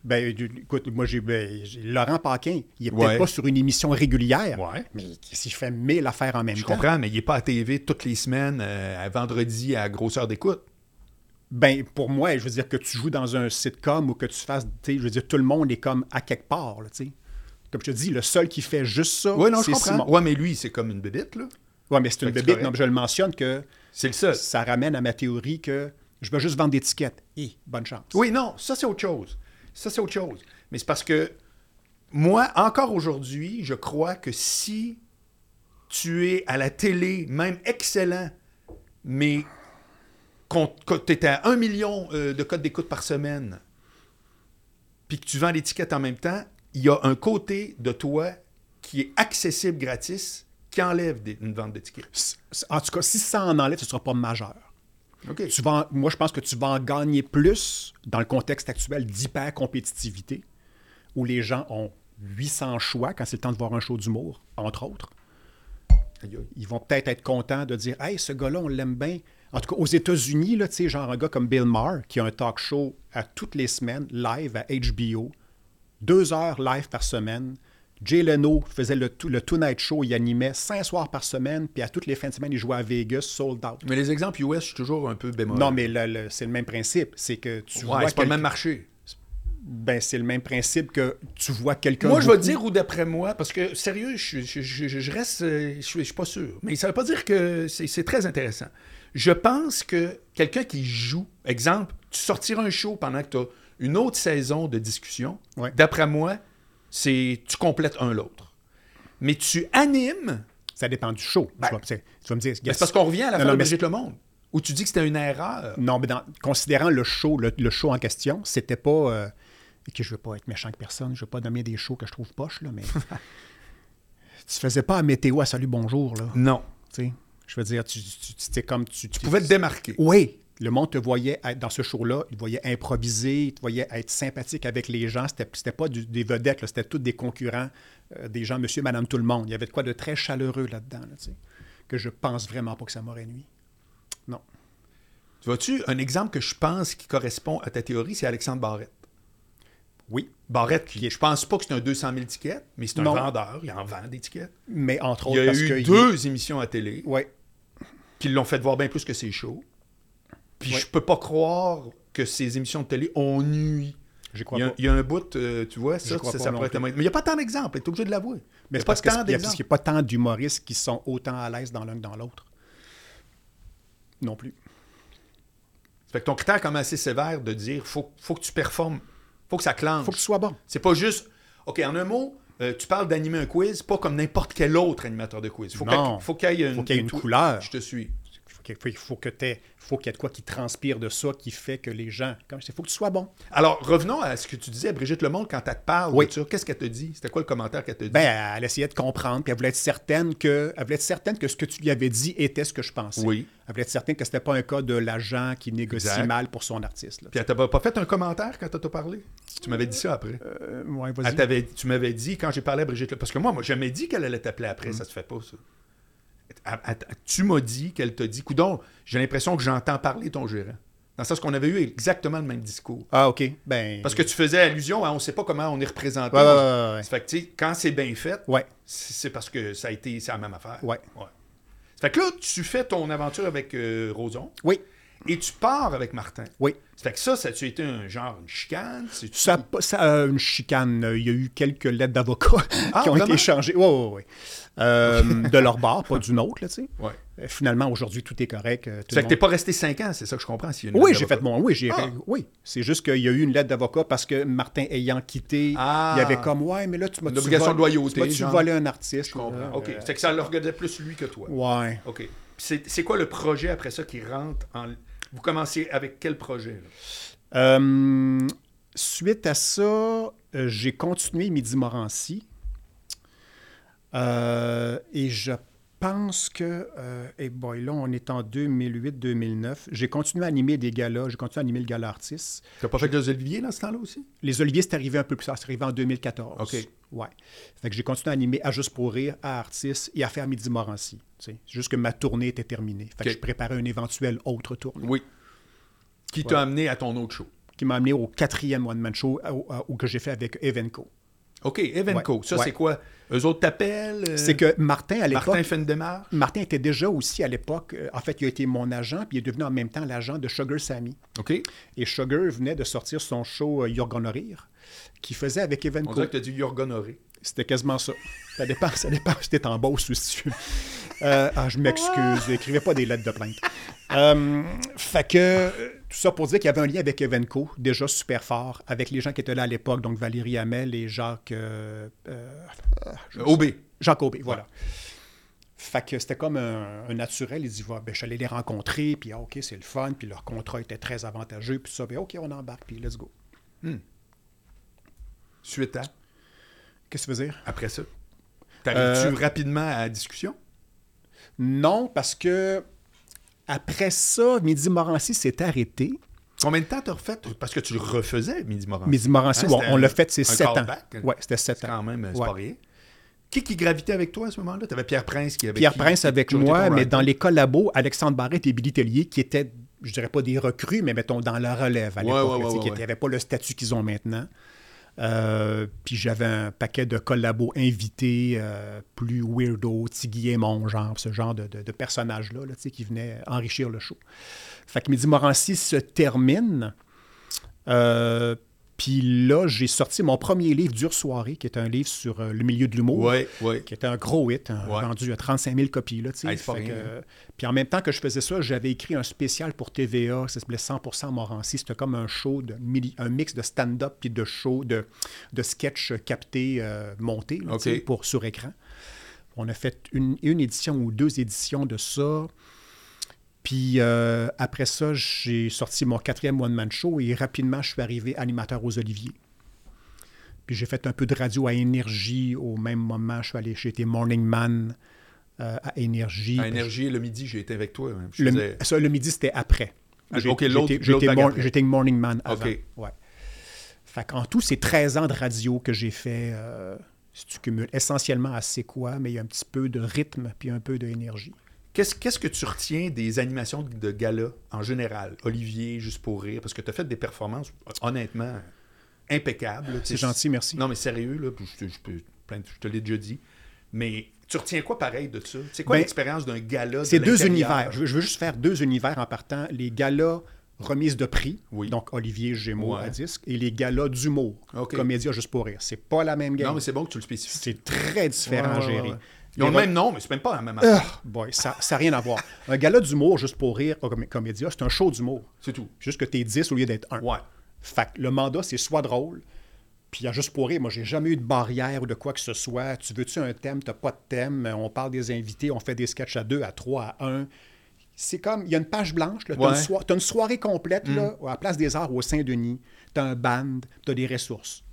Speaker 2: Ben, du- écoute, moi, j'ai, ben, j'ai Laurent Paquin. Il est
Speaker 1: Ouais.
Speaker 2: peut-être pas sur une émission régulière,
Speaker 1: Ouais.
Speaker 2: mais s'il fait mille affaires en même
Speaker 1: Je
Speaker 2: temps,
Speaker 1: comprends, mais il n'est pas à TV toutes les semaines, euh, à vendredi, à grosseur d'écoute.
Speaker 2: ben, pour moi, je veux dire que tu joues dans un sitcom ou que tu fasses, tu sais, je veux dire, tout le monde est comme à quelque part, là, tu sais. Comme je te dis, le seul qui fait juste ça,
Speaker 1: Oui, non, je
Speaker 2: c'est
Speaker 1: comprends.
Speaker 2: Simon.
Speaker 1: Ouais, mais lui, c'est comme une bébite, là.
Speaker 2: Ouais, mais c'est une
Speaker 1: Fait que c'est
Speaker 2: bébête.
Speaker 1: correct.
Speaker 2: Non, mais je le mentionne que
Speaker 1: C'est le seul.
Speaker 2: ça ramène à ma théorie que je veux juste vendre des tickets. Et bonne chance.
Speaker 1: Oui, non, ça, c'est autre chose. Ça, c'est autre chose. Mais c'est parce que moi, encore aujourd'hui, je crois que si tu es à la télé, même excellent, mais qu'on- que tu es à 1 million euh, de codes d'écoute par semaine, puis que tu vends l'étiquette en même temps, il y a un côté de toi qui est accessible gratis qui enlève des- une vente d'étiquettes.
Speaker 2: S- s- En tout cas, si ça en enlève, ce ne sera pas majeur.
Speaker 1: OK.
Speaker 2: Tu vas en- moi, je pense que tu vas en gagner plus dans le contexte actuel d'hyper-compétitivité, où les gens ont 800 choix quand c'est le temps de voir un show d'humour, entre autres.
Speaker 1: Aïe, aïe.
Speaker 2: Ils vont peut-être être contents de dire Hey, ce gars-là, on l'aime bien. En tout cas, aux États-Unis, là, tu sais, genre un gars comme Bill Maher, qui a un talk show à toutes les semaines, live à HBO, deux heures live par semaine. Jay Leno faisait le, tout- le Tonight Show, il animait cinq soirs par semaine, puis à toutes les fins de semaine, il jouait à Vegas, sold out.
Speaker 1: Mais les exemples US, je suis toujours un peu bémol.
Speaker 2: Non, mais le- le- c'est le même principe. C'est que tu
Speaker 1: Ouais,
Speaker 2: vois.
Speaker 1: c'est pas le
Speaker 2: quelqu'un-
Speaker 1: même marché.
Speaker 2: Ben, c'est le même principe que tu vois quelqu'un.
Speaker 1: Moi, je vais
Speaker 2: beaucoup.
Speaker 1: te dire ou d'après moi, parce que sérieux, je, je- je- je- je reste, euh, je suis, je suis pas sûr. Mais ça veut pas dire que c'est c'est très intéressant. Je pense que quelqu'un qui joue, exemple, tu sortiras un show pendant que tu as une autre saison de discussion.
Speaker 2: Ouais.
Speaker 1: D'après moi, c'est tu complètes un l'autre. Mais tu animes,
Speaker 2: Ça dépend du show.
Speaker 1: Ben,
Speaker 2: tu, vas, c'est- tu vas me dire.
Speaker 1: mais c'est parce qu'on revient à la
Speaker 2: Non,
Speaker 1: fin
Speaker 2: non,
Speaker 1: de
Speaker 2: mais
Speaker 1: Brigitte le monde, où tu dis que c'était une erreur.
Speaker 2: Non, mais dans- considérant le show, le, le show en question, c'était pas. euh, que je veux pas être méchant avec personne, je veux pas nommer des shows que je trouve poche, là, mais. tu faisais pas à météo à salut bonjour, là.
Speaker 1: Non.
Speaker 2: Tu sais, je veux dire, tu, tu, tu- t'es comme. Tu,
Speaker 1: Tu
Speaker 2: tu
Speaker 1: pouvais te démarquer.
Speaker 2: Oui, le monde te voyait être dans ce show-là, il te voyait improviser, il te voyait être sympathique avec les gens. C'était, c'était pas du- des vedettes, là, c'était tous des concurrents, euh, des gens, monsieur, madame, tout le monde. Il y avait de quoi de très chaleureux là-dedans, là, tu sais, que je pense vraiment pas que ça m'aurait nuit. Non.
Speaker 1: Tu vois-tu, un exemple que je pense qui correspond à ta théorie, c'est Alexandre Barrette.
Speaker 2: Oui,
Speaker 1: Barrette, qui est- je pense pas que c'est un 200 000 tickets, mais c'est un
Speaker 2: Non.
Speaker 1: vendeur, il en vend des tickets.
Speaker 2: mais entre
Speaker 1: Il
Speaker 2: autres
Speaker 1: y a
Speaker 2: parce
Speaker 1: eu
Speaker 2: que...
Speaker 1: deux émissions à télé
Speaker 2: Oui,
Speaker 1: qui l'ont fait voir bien plus que ses shows. Puis
Speaker 2: Ouais.
Speaker 1: je peux pas croire que ces émissions de télé ont nui.
Speaker 2: je crois
Speaker 1: Il y, a,
Speaker 2: pas.
Speaker 1: il y a un bout, euh, tu vois,
Speaker 2: Je
Speaker 1: ça,
Speaker 2: crois
Speaker 1: ça,
Speaker 2: pas
Speaker 1: ça
Speaker 2: non
Speaker 1: pourrait être...
Speaker 2: plus.
Speaker 1: Mais il n'y a pas tant d'exemples, tu es obligé de l'avouer. Il
Speaker 2: Mais
Speaker 1: n'y a pas
Speaker 2: c'est parce, que-
Speaker 1: tant
Speaker 2: il y a- parce
Speaker 1: d'exemples.
Speaker 2: qu'il n'y a pas tant d'humoristes qui sont autant à l'aise dans l'un que dans l'autre. Non plus.
Speaker 1: Fait que ton critère est quand même assez sévère de dire faut, faut que tu performes, faut que ça clenche.
Speaker 2: faut que tu sois bon.
Speaker 1: C'est pas juste. OK, en un mot, euh, tu parles d'animer un quiz, pas comme n'importe quel autre animateur de quiz. Faut
Speaker 2: Non.
Speaker 1: qu'il faut qu'il y ait une,
Speaker 2: Faut qu'il y ait une couleur.
Speaker 1: Je te suis.
Speaker 2: faut qu'il faut- faut que t'aies- faut qu'il y ait de quoi qui transpire de ça, qui fait que les gens. Comme il faut que tu sois bon.
Speaker 1: Alors, revenons à ce que tu disais à Brigitte Lemonde quand elle te parle.
Speaker 2: Oui.
Speaker 1: de ça. Qu'est-ce qu'elle te dit? C'était quoi le commentaire qu'elle te dit?
Speaker 2: Ben, elle essayait de comprendre, puis elle voulait être certaine que, elle voulait être certaine que ce que tu lui avais dit était ce que je pensais.
Speaker 1: Oui.
Speaker 2: Elle voulait être certaine que c'était pas un cas de l'agent qui négocie
Speaker 1: Exact.
Speaker 2: mal pour son artiste. Là.
Speaker 1: Puis elle t'avait pas fait un commentaire quand elle t'a parlé? Tu m'avais dit ça après.
Speaker 2: Euh, ouais, vas-y.
Speaker 1: Elle t'avait- tu m'avais dit, quand j'ai parlé à Brigitte Lemonde, parce que moi, moi, jamais dit qu'elle allait t'appeler
Speaker 2: Mm.
Speaker 1: après, ça se fait pas, ça. Elle- elle- elle- tu m'as dit qu'elle t'a dit, coudon, j'ai l'impression que j'entends parler ton gérant. Dans le sens qu'on avait eu exactement le même discours.
Speaker 2: Ah, ok. Ben.
Speaker 1: Parce que tu faisais allusion à on sait pas comment on est représenté.
Speaker 2: Ouais, ouais, ouais, ouais, ouais.
Speaker 1: Ça fait que, tu sais, quand c'est bien fait,
Speaker 2: Ouais.
Speaker 1: c'est c'est parce que ça a été c'est la même affaire.
Speaker 2: Ouais.
Speaker 1: Ça fait que là, tu fais ton aventure avec euh, Roson
Speaker 2: Oui.
Speaker 1: et tu pars avec Martin.
Speaker 2: Oui.
Speaker 1: Ça fait que ça, ça a-tu été un genre, une chicane? C'est-
Speaker 2: Ça, a pas- ça a une chicane. Il y a eu quelques lettres d'avocats
Speaker 1: Ah,
Speaker 2: qui ont été
Speaker 1: vraiment?
Speaker 2: échangées. Oui, oui, oui. Euh, de leur bord, pas d'une autre, là, tu sais.
Speaker 1: Ouais.
Speaker 2: Euh, Finalement, aujourd'hui, tout est correct. euh, tout
Speaker 1: Ça fait que
Speaker 2: le monde-
Speaker 1: t'es pas resté cinq ans, c'est ça que je comprends. s'il y a une
Speaker 2: Oui,
Speaker 1: lettre
Speaker 2: j'ai fait
Speaker 1: d'avocat.
Speaker 2: mon. Oui, j'ai.
Speaker 1: Ah.
Speaker 2: Oui. C'est juste qu'il y a eu une lettre d'avocat parce que Martin ayant quitté,
Speaker 1: Ah.
Speaker 2: il y avait comme ouais, mais là tu m'as
Speaker 1: Une obligation de loyauté,
Speaker 2: Tu
Speaker 1: genre.
Speaker 2: volé un artiste.
Speaker 1: Je comprends.
Speaker 2: là,
Speaker 1: OK.
Speaker 2: euh,
Speaker 1: C'est que ça l'organisait plus lui que toi.
Speaker 2: ouais.
Speaker 1: OK. Puis C'est c'est quoi le projet après ça qui rentre en. Vous commencez avec quel projet? là?
Speaker 2: Euh, suite à ça, euh, j'ai continué Midi Morancy. Euh, et je pense que, et boy, là, on est en 2008-2009. J'ai continué à animer des galas. J'ai continué à animer le gala artiste.
Speaker 1: T'as pas fait que les Olivier dans ce temps-là aussi?
Speaker 2: Les Oliviers, c'est arrivé un peu plus tard. C'est arrivé en 2014.
Speaker 1: OK.
Speaker 2: Ouais. Fait que j'ai continué à animer à Juste pour rire, à Artistes et à faire Midi Morancy. tu sais. C'est juste que ma tournée était terminée. Fait que
Speaker 1: OK.
Speaker 2: je préparais une éventuelle autre tournée
Speaker 1: Oui. Qui t'a amené à ton autre show?
Speaker 2: qui m'a amené au quatrième One Man Show à- au- à- au- que j'ai fait avec Evenco.
Speaker 1: OK, Evenco,
Speaker 2: Ouais,
Speaker 1: ça
Speaker 2: ouais.
Speaker 1: c'est quoi? Eux autres t'appellent? euh,
Speaker 2: C'est que Martin, à l'époque,
Speaker 1: Martin
Speaker 2: Martin...
Speaker 1: fait une démarche?
Speaker 2: était déjà aussi à l'époque, euh, en fait, il a été mon agent, puis il est devenu en même temps l'agent de Sugar Sammy.
Speaker 1: OK.
Speaker 2: Et Sugar venait de sortir son show euh, You're Gonna Rire, qu'il faisait avec
Speaker 1: On
Speaker 2: Evenco.
Speaker 1: dirait que t'as dit Yorgon Honoré.
Speaker 2: C'était quasiment ça. Ça dépend, ça dépend si t'es en Beauce ou si tu... Euh, ah, je m'excuse, écrivez pas des lettres de plainte. Euh, fait que, euh, tout ça pour dire qu'il y avait un lien avec Evenco, déjà super fort, avec les gens qui étaient là à l'époque, donc Valérie Hamel et Jacques... euh, euh,
Speaker 1: Euh, OB.
Speaker 2: Jean Cobé, voilà. Fait que c'était comme un, un naturel. Il dit va, ben, je suis allé les rencontrer, puis ah, OK, c'est le fun, puis leur contrat était très avantageux, puis ça, ben, OK, on embarque, puis let's go.
Speaker 1: Suite à,
Speaker 2: Qu'est-ce que ça veut dire?
Speaker 1: après ça. T'arrives-tu
Speaker 2: Euh,
Speaker 1: rapidement à la discussion?
Speaker 2: Non, parce que après ça, Midi Morancy s'est arrêté.
Speaker 1: Combien de temps t'as refait? Parce que tu le refaisais, Midi Morin.
Speaker 2: Midi Morancy, ouais, on l'a fait, c'est 7 ans.
Speaker 1: Ouais.
Speaker 2: Ouais, c'était 7
Speaker 1: C'est
Speaker 2: ans.
Speaker 1: quand même, euh, c'est
Speaker 2: Ouais.
Speaker 1: pas rien. Qui qui gravitait avec toi à ce moment-là? T'avais Pierre Prince qui avait.
Speaker 2: Pierre Prince avec moi, mais dans les collabos, Alexandre Barrette et Billy Tellier, qui étaient, je dirais pas des recrues, mais mettons dans la relève à
Speaker 1: Ouais,
Speaker 2: l'époque,
Speaker 1: ouais, ouais,
Speaker 2: là, tu sais,
Speaker 1: ouais,
Speaker 2: qui
Speaker 1: ouais.
Speaker 2: n'avaient pas le statut qu'ils ont maintenant. Euh, puis j'avais un paquet de collabos invités, euh, plus weirdo, Tiggy mon genre, ce genre de, de- de personnages-là là, tu sais, qui venaient enrichir le show. Fait que Midi Morancy se termine. Euh, Puis là, j'ai sorti mon premier livre, Dure Soirée, qui est un livre sur euh, le milieu de l'humour,
Speaker 1: Oui, oui.
Speaker 2: qui était un gros hit, hein,
Speaker 1: Ouais.
Speaker 2: vendu à 35 000 copies. Là, tu sais.
Speaker 1: Hey, c'est pas
Speaker 2: Fait
Speaker 1: rien, hein.
Speaker 2: que- euh, Puis en même temps que je faisais ça, j'avais écrit un spécial pour TVA, ça s'appelait 100% Morancy. C'était comme un show, de, mili- un mix de stand-up puis de show, de, de sketch capté, euh, monté là,
Speaker 1: OK.
Speaker 2: tu sais, pour, sur écran. On a fait une, une édition ou deux éditions de ça. Puis euh, après ça, j'ai sorti mon quatrième One Man Show et rapidement, je suis arrivé animateur aux Oliviers. Puis j'ai fait un peu de radio à Énergie au même moment. Je suis allé, j'ai été Morning Man euh, à Énergie.
Speaker 1: À Énergie, le midi, j'ai été avec toi. hein, puis je
Speaker 2: Le,
Speaker 1: faisais-
Speaker 2: ça, le midi, c'était après.
Speaker 1: Ah,
Speaker 2: J'ai-
Speaker 1: ok,
Speaker 2: j'étais-
Speaker 1: l'autre-
Speaker 2: J'étais
Speaker 1: l'autre vague
Speaker 2: mor-
Speaker 1: après.
Speaker 2: j'étais Morning Man avant.
Speaker 1: Ok.
Speaker 2: Ouais. Fait qu'en tout, c'est 13 ans de radio que j'ai fait, euh, si tu cumules, essentiellement à C'est quoi, mais il y a un petit peu de rythme puis un peu d'énergie.
Speaker 1: Qu'est-ce qu'est-ce que tu retiens des animations de- de gala en général? Olivier, juste pour rire, parce que tu as fait des performances honnêtement impeccables. là, tu
Speaker 2: C'est
Speaker 1: sais.
Speaker 2: gentil, merci.
Speaker 1: Non, mais sérieux, là, puis je, te- je peux- plein de- je te l'ai déjà dit. Mais tu retiens quoi pareil de ça? C'est quoi
Speaker 2: Ben,
Speaker 1: l'expérience d'un gala? de
Speaker 2: C'est deux
Speaker 1: l'intérieur?
Speaker 2: univers. Je veux, je veux juste faire deux univers en partant. Les galas remises de prix,
Speaker 1: Oui.
Speaker 2: donc Olivier Gémeaux
Speaker 1: Ouais.
Speaker 2: à disque, et les galas d'humour,
Speaker 1: OK.
Speaker 2: Comédia juste pour rire. C'est pas la même
Speaker 1: Non,
Speaker 2: gamme.
Speaker 1: mais c'est bon que tu le spécifies.
Speaker 2: C'est très différent
Speaker 1: Ouais, ouais,
Speaker 2: à gérer.
Speaker 1: ouais, ouais. Ils ont
Speaker 2: Les
Speaker 1: le même nom, mais c'est même pas la même affaire.
Speaker 2: Ah, boy, ça n'a rien à voir. Un gala d'humour, juste pour rire, au comé- comédia, c'est un show d'humour.
Speaker 1: C'est tout.
Speaker 2: Juste que t'es 10 au lieu d'être 1.
Speaker 1: Ouais.
Speaker 2: Fait que le mandat, c'est soit drôle, puis il y a juste pour rire. Moi, j'ai jamais eu de barrière ou de quoi que ce soit. Tu veux-tu un thème, t'as pas de thème. On parle des invités, on fait des sketchs à 2, à 3, à 1. C'est comme, il y a une page blanche, là. T'as,
Speaker 1: Ouais. Mm.
Speaker 2: une soi- t'as une soirée complète, là, à la Place des Arts au Saint-Denis. T'as un band, t'as des ressources.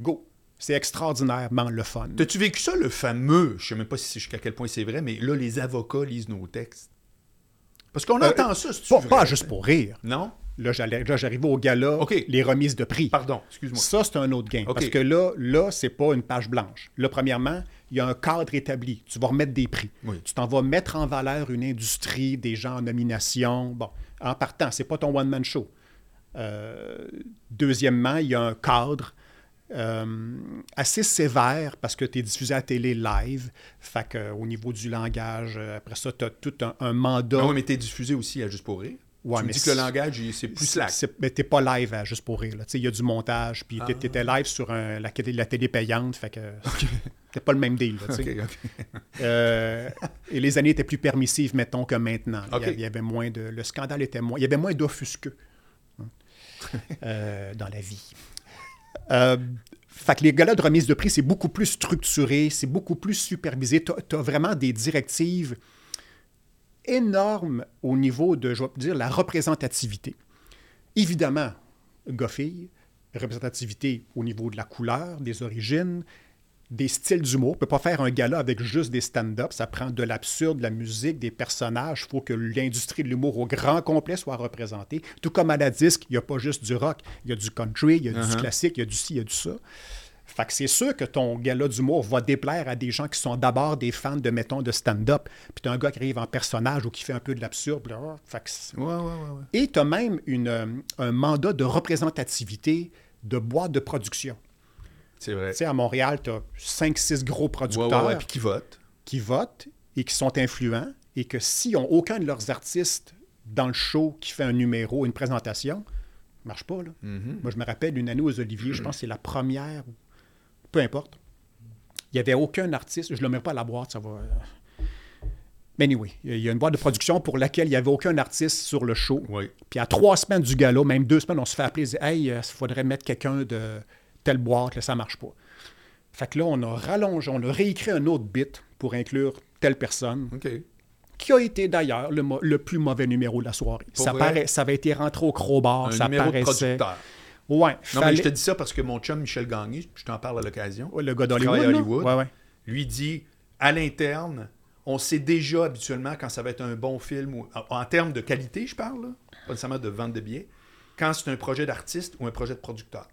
Speaker 2: Go! C'est extraordinairement le fun.
Speaker 1: T'as-tu vécu ça, le fameux, je sais même pas si jusqu'à quel point c'est vrai, mais là, les avocats lisent nos textes? Parce qu'on
Speaker 2: Euh,
Speaker 1: entend ça, c'est
Speaker 2: Pas, pas juste pour rire.
Speaker 1: Non?
Speaker 2: Là, j'allais- là, j'arrivais au gala,
Speaker 1: OK.
Speaker 2: les remises de prix.
Speaker 1: Pardon, excuse-moi.
Speaker 2: Ça, c'est un autre gain.
Speaker 1: OK.
Speaker 2: Parce que là, là c'est pas une page blanche. Là, premièrement, il y a un cadre établi. Tu vas remettre des prix.
Speaker 1: Oui.
Speaker 2: Tu t'en vas mettre en valeur une industrie, des gens en nomination. Bon, en partant, c'est pas ton one-man show. Euh, deuxièmement, il y a un cadre euh, assez sévère parce que tu es diffusé à la télé live. Fait que, au niveau du langage, euh, après ça, tu as tout un, un mandat.
Speaker 1: Ah oui, mais t'es diffusé aussi à Juste pour rire.
Speaker 2: Ouais,
Speaker 1: tu me
Speaker 2: mais
Speaker 1: dis que le
Speaker 2: c'est-
Speaker 1: langage, il- c'est plus slack. Ah.
Speaker 2: C'est- Mais t'es pas live à juste pour rire. là. Tu sais, Il y a du montage, puis t'é- t'étais live sur un- la, télé- la télé payante, fait que c'était pas le même deal. là, tu sais.
Speaker 1: Ok, ok.
Speaker 2: Euh, et les années étaient plus permissives, mettons, que maintenant. Il y
Speaker 1: Ok.
Speaker 2: avait- Il y avait moins de... Le scandale était moins... Il y avait moins d'offusqueux hein, euh, dans la vie. Euh, fait que les galas de remise de prix, c'est beaucoup plus structuré, c'est beaucoup plus supervisé. Tu as, vraiment des directives énormes au niveau de, je vais dire, la représentativité. Évidemment, Goffille, représentativité au niveau de la couleur, des origines, des styles d'humour. On ne peut pas faire un gala avec juste des stand-up. Ça prend de l'absurde, de la musique, des personnages. Il faut que l'industrie de l'humour au grand complet soit représentée. Tout comme à la disque, il n'y a pas juste du rock. Il y a du country, il y a du classique, il y a du ci, il y a du ça. Fait que c'est sûr que ton gala d'humour va déplaire à des gens qui sont d'abord des fans de, mettons, de stand-up. Puis t'as un gars qui arrive en personnage ou qui fait un peu de l'absurde. puis là, Fait que c'est-
Speaker 1: Ouais, ouais, ouais. ouais.
Speaker 2: et tu as même une, euh, un mandat de représentativité de boîtes de production.
Speaker 1: C'est vrai.
Speaker 2: Tu sais, à Montréal, tu as 5-6 gros
Speaker 1: Euh. Ouais,
Speaker 2: producteurs
Speaker 1: ouais, ouais. Puis qui vote?
Speaker 2: qui votent et qui sont influents et que s'ils n'ont aucun de leurs artistes dans le show qui fait un numéro, une présentation, ça marche pas. Là. Moi, je me rappelle une année aux Oliviers, je pense que c'est la première, ou- peu importe. Il n'y avait aucun artiste, je ne le mets pas à la boîte, ça va. euh. Mais anyway, il y a une boîte de production pour laquelle il n'y avait aucun artiste sur le show.
Speaker 1: Oui.
Speaker 2: Puis à trois semaines du gala, même deux semaines, on se fait appeler, on dit, Hey, il faudrait mettre quelqu'un de telle boîte, là, ça marche pas. Fait que là, on a rallongé, on a réécrit un autre bit pour inclure telle personne,
Speaker 1: OK.
Speaker 2: qui a été d'ailleurs le, mo- le plus mauvais numéro de la soirée.
Speaker 1: Pour
Speaker 2: Ça,
Speaker 1: vrai?
Speaker 2: paraît, ça avait été rentré au crowbar,
Speaker 1: Un
Speaker 2: ça
Speaker 1: numéro de
Speaker 2: paraissait.
Speaker 1: producteur.
Speaker 2: ouais,
Speaker 1: Non,
Speaker 2: fallait-
Speaker 1: mais je te dis ça parce que mon chum Michel Gagné, je t'en parle à l'occasion,
Speaker 2: Ouais, le gars
Speaker 1: qui
Speaker 2: d'Hollywood.
Speaker 1: travaille à
Speaker 2: là.
Speaker 1: Hollywood,
Speaker 2: Ouais, ouais.
Speaker 1: lui dit à l'interne, on sait déjà habituellement quand ça va être un bon film, ou- en, en termes de qualité, je parle, là, pas nécessairement de vente de billets, quand c'est un projet d'artiste ou un projet de producteur.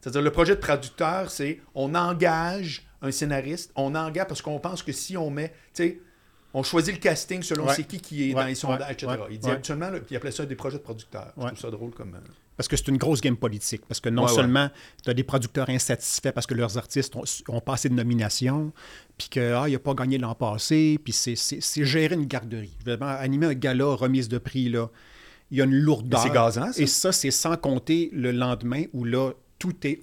Speaker 1: C'est-à-dire, le projet de producteur, c'est on engage un scénariste, on engage parce qu'on pense que si on met, tu sais, on choisit le casting selon
Speaker 2: Ouais.
Speaker 1: c'est qui qui est
Speaker 2: Ouais,
Speaker 1: dans les sondages,
Speaker 2: ouais,
Speaker 1: etc.
Speaker 2: ouais,
Speaker 1: il dit
Speaker 2: ouais.
Speaker 1: habituellement, là, il appelait ça des projets de producteurs. Je
Speaker 2: Ouais.
Speaker 1: trouve ça drôle comme. euh,
Speaker 2: Parce que c'est une grosse game politique. Parce que non
Speaker 1: Ouais, ouais.
Speaker 2: seulement tu as des producteurs insatisfaits parce que leurs artistes ont, ont passé de nomination, puis qu'il ah, n'a pas gagné l'an passé, puis c'est- c'est c'est gérer une garderie. Vraiment, animer un gala, remise de prix, là, il y a une lourdeur.
Speaker 1: Mais c'est gazant, ça.
Speaker 2: Et ça, c'est sans compter le lendemain où là, tout est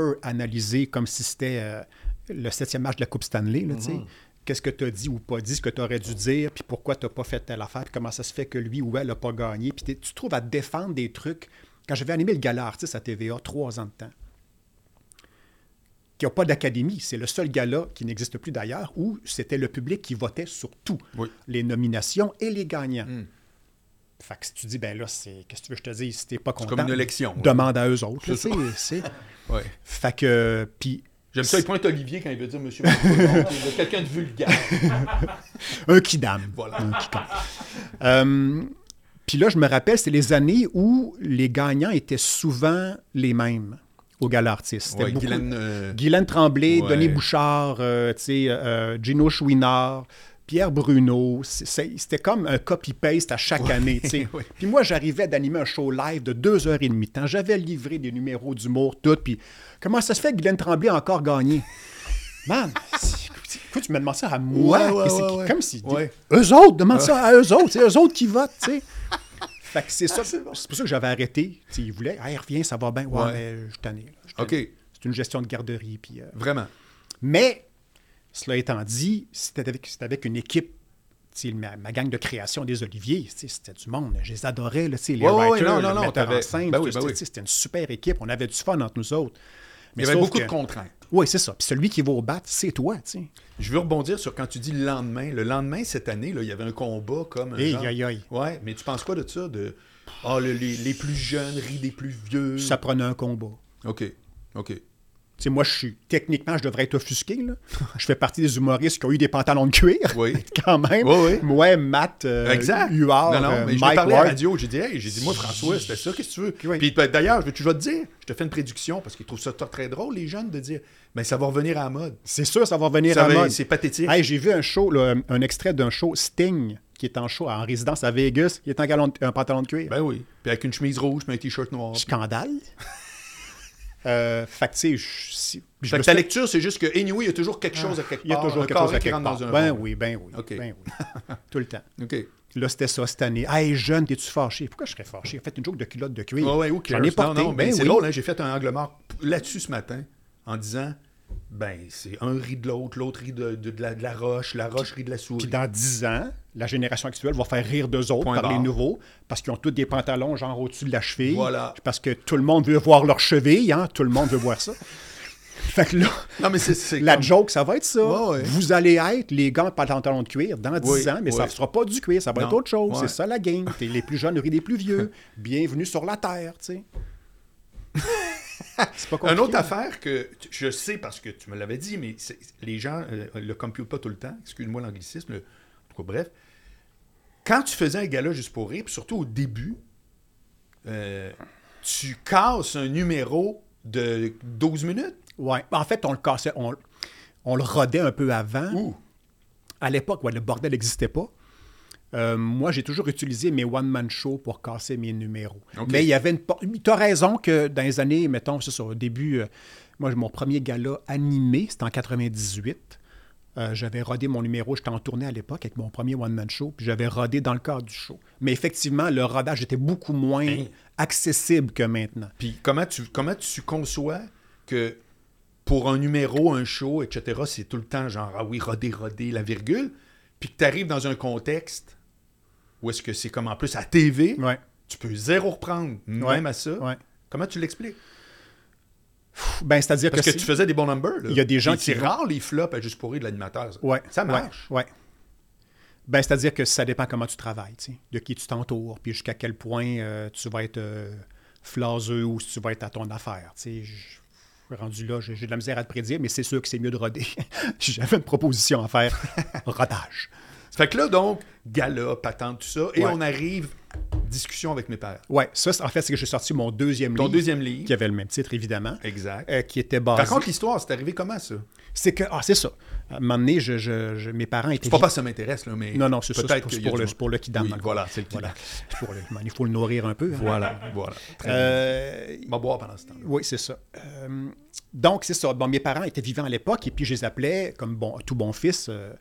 Speaker 2: over-analysé comme si c'était euh, le septième match de la Coupe Stanley. là, tu sais.
Speaker 1: Mm-hmm.
Speaker 2: Qu'est-ce que tu as dit ou pas dit, ce que tu aurais dû dire, puis pourquoi tu n'as pas fait telle affaire, puis comment ça se fait que lui ou elle n'a pas gagné. Puis t'es- tu te trouves à défendre des trucs. Quand j'avais animé le gala artiste à TVA, trois ans de temps, qui n'a pas d'académie, c'est le seul gala qui n'existe plus d'ailleurs, où c'était le public qui votait sur tout,
Speaker 1: Oui.
Speaker 2: les nominations et les gagnants.
Speaker 1: Mm.
Speaker 2: Fait que si tu dis, ben là, c'est qu'est-ce que tu veux que je te dise, si t'es pas content,
Speaker 1: comme une élection, là.
Speaker 2: demande à eux autres.
Speaker 1: C'est
Speaker 2: là, tu sais, c'est-
Speaker 1: Ouais.
Speaker 2: Fait que, puis,
Speaker 1: J'aime ça, il pointe Olivier quand il veut dire Monsieur Macron, il veut quelqu'un de vulgaire.
Speaker 2: un qui dame.
Speaker 1: Voilà.
Speaker 2: Un qui con. Euh, puis là, je me rappelle, c'est les années où les gagnants étaient souvent les mêmes au gala artiste. C'était
Speaker 1: Ouais,
Speaker 2: beaucoup-
Speaker 1: Guylaine, euh,
Speaker 2: Guylaine Tremblay,
Speaker 1: Ouais.
Speaker 2: Denis Bouchard, euh, tu sais, euh, Gino Chouinard, Pierre Bruno. C'est- c'est- C'était comme un copy-paste à chaque année. tu sais.
Speaker 1: ouais.
Speaker 2: Puis moi, j'arrivais d'animer un show live de deux heures et demie de temps. J'avais livré des numéros d'humour, tout. Puis comment ça se fait que Guylaine Tremblay a encore gagné? Man, c'est- écoute, tu me demandes ça à moi.
Speaker 1: Ouais, ouais,
Speaker 2: mais c'est
Speaker 1: ouais, ouais.
Speaker 2: Comme si.
Speaker 1: Ouais. Ah.
Speaker 2: Eux autres, demande ça à eux autres. C'est eux autres qui votent, tu sais. Fait que c'est ça. c'est pour ça que j'avais arrêté. Tu sais, ils voulaient. Hey, reviens, ça va bien. Ouais,
Speaker 1: Ouais.
Speaker 2: mais je suis tanné, là. Je suis
Speaker 1: OK.
Speaker 2: tanné. C'est une gestion de garderie. Puis, euh,
Speaker 1: Vraiment.
Speaker 2: mais, cela étant dit, c'était avec, c'était avec une équipe. tu sais, Ma, ma gang de création des Oliviers, tu sais, c'était du monde. Je les adorais, là, tu sais, les
Speaker 1: Ouais, ouais, ouais,
Speaker 2: writers,
Speaker 1: non,
Speaker 2: le
Speaker 1: non, non,
Speaker 2: metteur en
Speaker 1: t'avais-
Speaker 2: scène.
Speaker 1: ben
Speaker 2: tout
Speaker 1: oui,
Speaker 2: ça,
Speaker 1: ben
Speaker 2: tu sais,
Speaker 1: oui.
Speaker 2: C'était une super équipe. On avait du fun entre nous autres.
Speaker 1: Il y avait beaucoup de contraintes.
Speaker 2: Oui, c'est ça. Puis celui qui va au bat, c'est toi. tu sais.
Speaker 1: Je veux rebondir sur quand tu dis le lendemain. Le lendemain, cette année, là, il y avait un combat comme un
Speaker 2: Hey,
Speaker 1: genre-
Speaker 2: aïe, aïe.
Speaker 1: Ouais, mais tu penses quoi de ça? De... Ah, le- les, les plus jeunes rient des plus vieux.
Speaker 2: Ça prenait un combat.
Speaker 1: OK, OK.
Speaker 2: Tu sais, moi, je suis techniquement, je devrais être offusqué. là. Je fais partie des humoristes qui ont eu des pantalons de cuir,
Speaker 1: Oui.
Speaker 2: quand même.
Speaker 1: Oui, oui.
Speaker 2: Moi, Matt, euh,
Speaker 1: Exact.
Speaker 2: Huard,
Speaker 1: non, non,
Speaker 2: euh,
Speaker 1: mais je l'ai
Speaker 2: Mike
Speaker 1: parlé à la
Speaker 2: Ward.
Speaker 1: radio, j'ai dit, hey, j'ai dit, moi, François, c'était ça, qu'est-ce que tu veux?
Speaker 2: Oui.
Speaker 1: Puis ben, d'ailleurs, je veux toujours te dire, je te fais une prédiction parce qu'ils trouvent ça t- très drôle, les jeunes, de dire, mais ça va revenir à la mode.
Speaker 2: C'est sûr, ça va revenir
Speaker 1: Ça
Speaker 2: en
Speaker 1: va-
Speaker 2: mode.
Speaker 1: c'est pathétique.
Speaker 2: Hey, j'ai vu un show, là, un extrait d'un show Sting qui est en show en résidence à Vegas. Il est en galon- un pantalon de cuir. Ben,
Speaker 1: Ben oui. Puis avec une chemise rouge, puis un t-shirt noir.
Speaker 2: Scandale. euh, fait que, tu sais, je- si- je
Speaker 1: Fait
Speaker 2: me
Speaker 1: que ta
Speaker 2: suis- Ah.
Speaker 1: lecture, c'est juste que, anyway, il y a toujours quelque chose à quelque part.
Speaker 2: il y a toujours
Speaker 1: un
Speaker 2: quelque chose
Speaker 1: carré
Speaker 2: à
Speaker 1: qui
Speaker 2: quelque
Speaker 1: rentre
Speaker 2: part.
Speaker 1: dans un
Speaker 2: Ben
Speaker 1: rond.
Speaker 2: oui, ben oui,
Speaker 1: OK.
Speaker 2: ben oui. Tout le temps.
Speaker 1: OK.
Speaker 2: Là, c'était ça cette année. Hey, jeune, t'es-tu fâché? Pourquoi je serais fâché? Faites une joke de culotte de cuir.
Speaker 1: Ah Ouais, ouais, who cares?
Speaker 2: J'en ai
Speaker 1: Non,
Speaker 2: porté.
Speaker 1: non, mais
Speaker 2: Ben
Speaker 1: c'est
Speaker 2: oui.
Speaker 1: drôle, hein, j'ai fait un angle mort p- là-dessus ce matin en disant ben, c'est un rit de l'autre, l'autre rit de, de- de la, de la roche, la roche rit de la souris.
Speaker 2: Puis dans 10 ans, la génération actuelle va faire rire d'eux autres
Speaker 1: Point
Speaker 2: par les
Speaker 1: barre.
Speaker 2: nouveaux parce qu'ils ont tous des pantalons genre au-dessus de la cheville.
Speaker 1: Voilà.
Speaker 2: Parce que tout le monde veut voir leur cheville, hein? Tout le monde veut voir ça. fait que là,
Speaker 1: Non, mais c'est- c'est.
Speaker 2: la
Speaker 1: comme-
Speaker 2: joke, ça va être ça.
Speaker 1: Ouais, ouais.
Speaker 2: Vous allez être les gants de pantalon de cuir dans 10
Speaker 1: Oui,
Speaker 2: ans, mais ça
Speaker 1: oui.
Speaker 2: ne sera pas du cuir, ça va
Speaker 1: Non.
Speaker 2: être autre chose.
Speaker 1: Ouais.
Speaker 2: C'est ça la game. T'es les plus jeunes rient des plus vieux. Bienvenue sur la Terre, tu sais. C'est pas
Speaker 1: Une
Speaker 2: compliqué.
Speaker 1: autre affaire que tu- je sais parce que tu me l'avais dit, mais c'est- les gens euh, le computent pas tout le temps. Excuse-moi l'anglicisme. le- En tout cas, bref. Quand tu faisais un gala juste pour rire, puis surtout au début, euh, tu casses un numéro de 12 minutes.
Speaker 2: Ouais. En fait, on le cassait, on, on le rodait un peu avant. À l'époque, ouais, le bordel n'existait pas. Euh, moi, j'ai toujours utilisé mes one-man shows pour casser mes numéros.
Speaker 1: Ok.
Speaker 2: Mais il y avait une... Tu as raison que dans les années, mettons, c'est ça, au début, euh, moi, mon premier gala animé, c'était en 98. Euh, j'avais rodé mon numéro, j'étais en tournée à l'époque avec mon premier one-man show, puis j'avais rodé dans le cadre du show. Mais effectivement, le rodage était beaucoup moins
Speaker 1: Hein?
Speaker 2: accessible que maintenant.
Speaker 1: Puis comment tu, comment tu conçois que pour un numéro, un show, etc., c'est tout le temps genre, ah oui, rodé, rodé, la virgule, puis que tu arrives dans un contexte où est-ce que c'est comme en plus à TV,
Speaker 2: Ouais.
Speaker 1: tu peux zéro reprendre, même
Speaker 2: Ouais,
Speaker 1: à ça.
Speaker 2: ouais.
Speaker 1: Comment tu l'expliques?
Speaker 2: Pff, Ben, c'est-à-dire
Speaker 1: Parce que,
Speaker 2: c'est-
Speaker 1: tu faisais des bons numbers. là.
Speaker 2: Il y a des gens
Speaker 1: Puis C'est
Speaker 2: qui-
Speaker 1: rare les flops à juste pourrir de l'animateur. ça.
Speaker 2: Ouais.
Speaker 1: Ça marche.
Speaker 2: Ouais. ouais. Ben, c'est-à-dire que ça dépend comment tu travailles, tu sais, de qui tu t'entoures, puis jusqu'à quel point euh, tu vas être euh, flaseux ou si tu vas être à ton affaire. tu sais. Je- Rendu là, j'ai j'ai de la misère à te prédire, mais c'est sûr que c'est mieux de roder. J'avais une proposition à faire. Rodage.
Speaker 1: Fait que là, donc, gala, patente, tout ça, et
Speaker 2: Ouais.
Speaker 1: on arrive, discussion avec mes pères.
Speaker 2: Ouais, ça, c'est- en fait, c'est que j'ai sorti mon deuxième
Speaker 1: Ton
Speaker 2: livre,
Speaker 1: deuxième livre.
Speaker 2: qui avait le même titre, évidemment,
Speaker 1: Exact.
Speaker 2: euh, qui était basé.
Speaker 1: Raconte l'histoire, c'est arrivé comment ça?
Speaker 2: C'est que, ah, c'est ça. À un moment donné, je- je- je- mes parents étaient.
Speaker 1: Faut pas que ça m'intéresse, là, mais.
Speaker 2: Non, non, c'est ça, c'est
Speaker 1: peut-être
Speaker 2: pour,
Speaker 1: qu'il
Speaker 2: c'est
Speaker 1: y a
Speaker 2: pour
Speaker 1: du
Speaker 2: le,
Speaker 1: monde.
Speaker 2: c'est pour le kidam.
Speaker 1: Oui,
Speaker 2: dans le fond.
Speaker 1: voilà, c'est le
Speaker 2: Voilà.
Speaker 1: kidam.
Speaker 2: C'est pour le- Il faut le nourrir un peu. hein.
Speaker 1: Voilà, voilà. Très bien.
Speaker 2: Euh,
Speaker 1: On va boire pendant ce temps.
Speaker 2: oui, c'est ça. Euh, donc, c'est ça. Bon, mes parents étaient vivants à l'époque et puis je les appelais comme bon, tout bon fils. euh,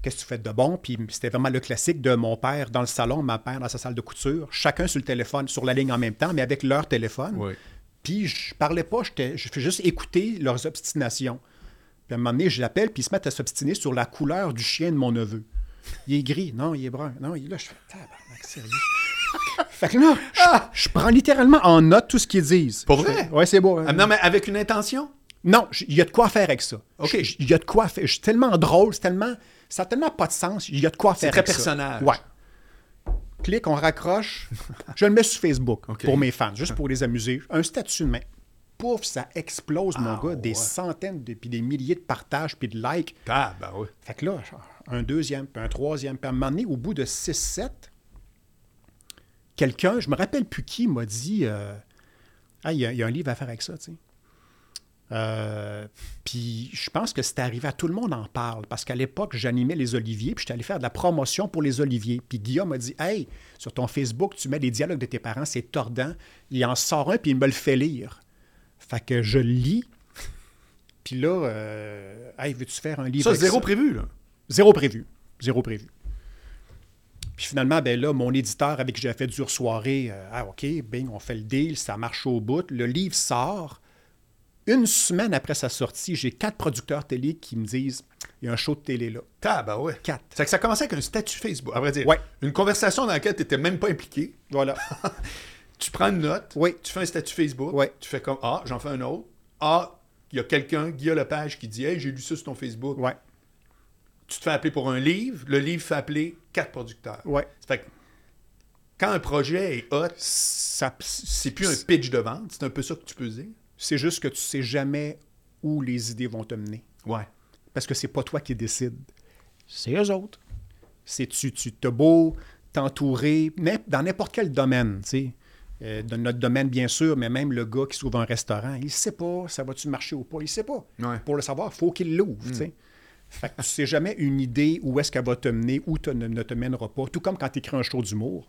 Speaker 2: Qu'est-ce que tu fais de bon? Puis c'était vraiment le classique de mon père dans le salon, ma mère dans sa salle de couture, chacun sur le téléphone, sur la ligne en même temps, mais avec leur téléphone.
Speaker 1: Oui.
Speaker 2: Puis je parlais pas, j'étais- je fais juste écouter leurs obstinations. Puis à un moment donné, je l'appelle, puis ils se mettent à s'obstiner sur la couleur du chien de mon neveu. Il est gris, non, il est brun. Non, il est là, je fais tabarnak, sérieux. fait que là, je, je prends littéralement en note tout ce qu'ils disent.
Speaker 1: Pour
Speaker 2: Je
Speaker 1: vrai?
Speaker 2: fais, Ouais, c'est beau. hein.
Speaker 1: Ah, non, mais avec une intention?
Speaker 2: Non, j- il y a de quoi faire avec ça.
Speaker 1: OK.
Speaker 2: J- Il y a de quoi faire. Je suis tellement drôle, c'est tellement, ça n'a tellement pas de sens. Il y a de quoi faire
Speaker 1: très
Speaker 2: avec ça.
Speaker 1: personnage.
Speaker 2: Ouais. Clique, on raccroche. je le mets sur Facebook
Speaker 1: OK.
Speaker 2: pour mes fans, juste pour les amuser. Un statut de main. Pouf, ça explose, mon gars. Des
Speaker 1: Ah, ouais.
Speaker 2: centaines, de, puis des milliers de partages, puis de likes.
Speaker 1: Ah, ben oui.
Speaker 2: Fait que là, genre, un deuxième, puis un troisième, puis à un moment donné, au bout de 6-7, quelqu'un, je me rappelle plus qui, m'a dit euh, Ah, il y, a- il y a un livre à faire avec ça, tu sais. Euh, puis je pense que c'est arrivé à tout le monde en parle, parce qu'à l'époque, j'animais les Oliviers, puis j'étais allé faire de la promotion pour les Oliviers. Puis Guillaume m'a dit Hey, sur ton Facebook, tu mets les dialogues de tes parents, c'est tordant. Il en sort un, puis il me le fait lire. Fait que je le lis. Puis là, euh, hey, veux-tu faire un livre
Speaker 1: Ça,
Speaker 2: avec
Speaker 1: zéro
Speaker 2: ça?
Speaker 1: prévu, là.
Speaker 2: Zéro prévu. Zéro prévu. Puis finalement, ben là, mon éditeur avec qui j'avais fait dure soirée, euh, ah OK, bing, on fait le deal, ça marche au bout. Le livre sort. Une semaine après sa sortie, j'ai quatre producteurs télé qui me disent il y a un show de télé là.
Speaker 1: Ah, ben ouais.
Speaker 2: Quatre.
Speaker 1: C'est que ça commençait avec un statut Facebook, à vrai dire.
Speaker 2: Ouais.
Speaker 1: Une conversation dans laquelle tu n'étais même pas impliqué.
Speaker 2: Voilà.
Speaker 1: Tu prends une note,
Speaker 2: Oui.
Speaker 1: tu fais un statut Facebook,
Speaker 2: Ouais.
Speaker 1: tu fais comme Ah, j'en fais un autre. Ah, il y a quelqu'un, Guillaume Lepage, qui dit Hey, j'ai lu ça sur ton Facebook.
Speaker 2: ouais.
Speaker 1: Tu te fais appeler pour un livre, le livre fait appeler quatre producteurs.
Speaker 2: Ouais.
Speaker 1: Ça fait que quand un projet est hot,
Speaker 2: Ça,
Speaker 1: c'est plus un pitch de vente, c'est un peu ça que tu peux dire.
Speaker 2: C'est juste que tu sais jamais où les idées vont te mener.
Speaker 1: Ouais.
Speaker 2: parce que c'est pas toi qui décide. C'est eux autres. C'est tu, tu t'as beau t'entourer n'im- dans n'importe quel domaine, tu sais. Euh, dans notre domaine, bien sûr, mais même le gars qui s'ouvre un restaurant, il sait pas, ça va-tu marcher ou pas, il sait pas.
Speaker 1: Ouais.
Speaker 2: Pour le savoir, faut qu'il l'ouvre, tu sais. Fait que tu sais jamais une idée où est-ce qu'elle va te mener, où te, ne, ne te mènera pas. Tout comme quand tu écris un show d'humour.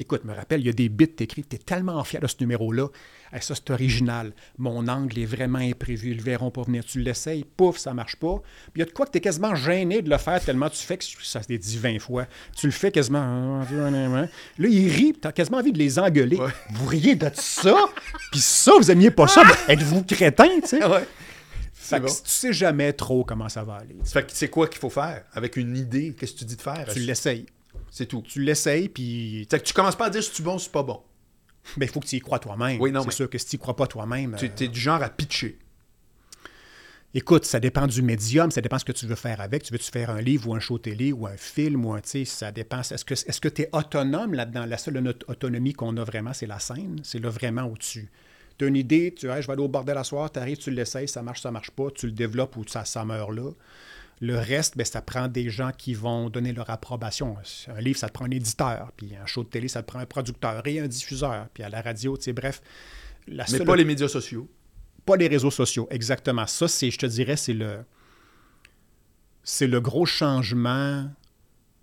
Speaker 2: Écoute, me rappelle, il y a des bits t'écris, t'es tellement fier de ce numéro-là. Hey, ça, c'est original. Mon angle est vraiment imprévu. Ils le verront pas venir. Tu l'essayes, pouf, ça marche pas. Puis il y a de quoi que t'es quasiment gêné de le faire tellement tu fais que ça s'est dit 20 fois. Tu le fais quasiment. hein, Là, ils rient, puis t'as quasiment envie de les engueuler.
Speaker 1: Ouais.
Speaker 2: Vous riez de ça, puis ça, vous aimiez pas ça. Ben, Êtes-vous crétin, tu sais?
Speaker 1: ouais. C'est
Speaker 2: Fait que
Speaker 1: bon.
Speaker 2: tu sais jamais trop comment ça va aller.
Speaker 1: Ça fait que c'est quoi qu'il faut faire avec une idée Qu'est-ce que tu dis de faire
Speaker 2: Tu l'essayes.
Speaker 1: C'est tout.
Speaker 2: Tu l'essayes, puis
Speaker 1: C'est que tu commences pas à dire si tu es bon, si tu pas bon.
Speaker 2: il faut que tu y crois toi-même.
Speaker 1: Oui, non,
Speaker 2: c'est
Speaker 1: mais-
Speaker 2: sûr que si tu y crois pas toi-même.
Speaker 1: Tu
Speaker 2: euh,
Speaker 1: es du genre à pitcher.
Speaker 2: Écoute, ça dépend du médium, ça dépend ce que tu veux faire avec. Tu veux-tu faire un livre ou un show télé ou un film ou un, tu sais, ça dépend. Est-ce que est-ce que tu es autonome là-dedans? La seule auto- autonomie qu'on a vraiment, c'est la scène. C'est là vraiment où tu... as une idée, tu dis, Hey, je vais aller au bordel la soir, tu arrives, tu l'essayes, ça marche, ça marche pas, tu le développes ou ça, ça meurt là. Le reste, ben, ça prend des gens qui vont donner leur approbation. Un livre, ça te prend un éditeur, puis un show de télé, ça te prend un producteur et un diffuseur, puis à la radio, tu sais, bref. La
Speaker 1: Mais
Speaker 2: seule
Speaker 1: pas les médias sociaux.
Speaker 2: pas les réseaux sociaux, exactement. Ça, c'est, je te dirais, c'est le, c'est le gros changement.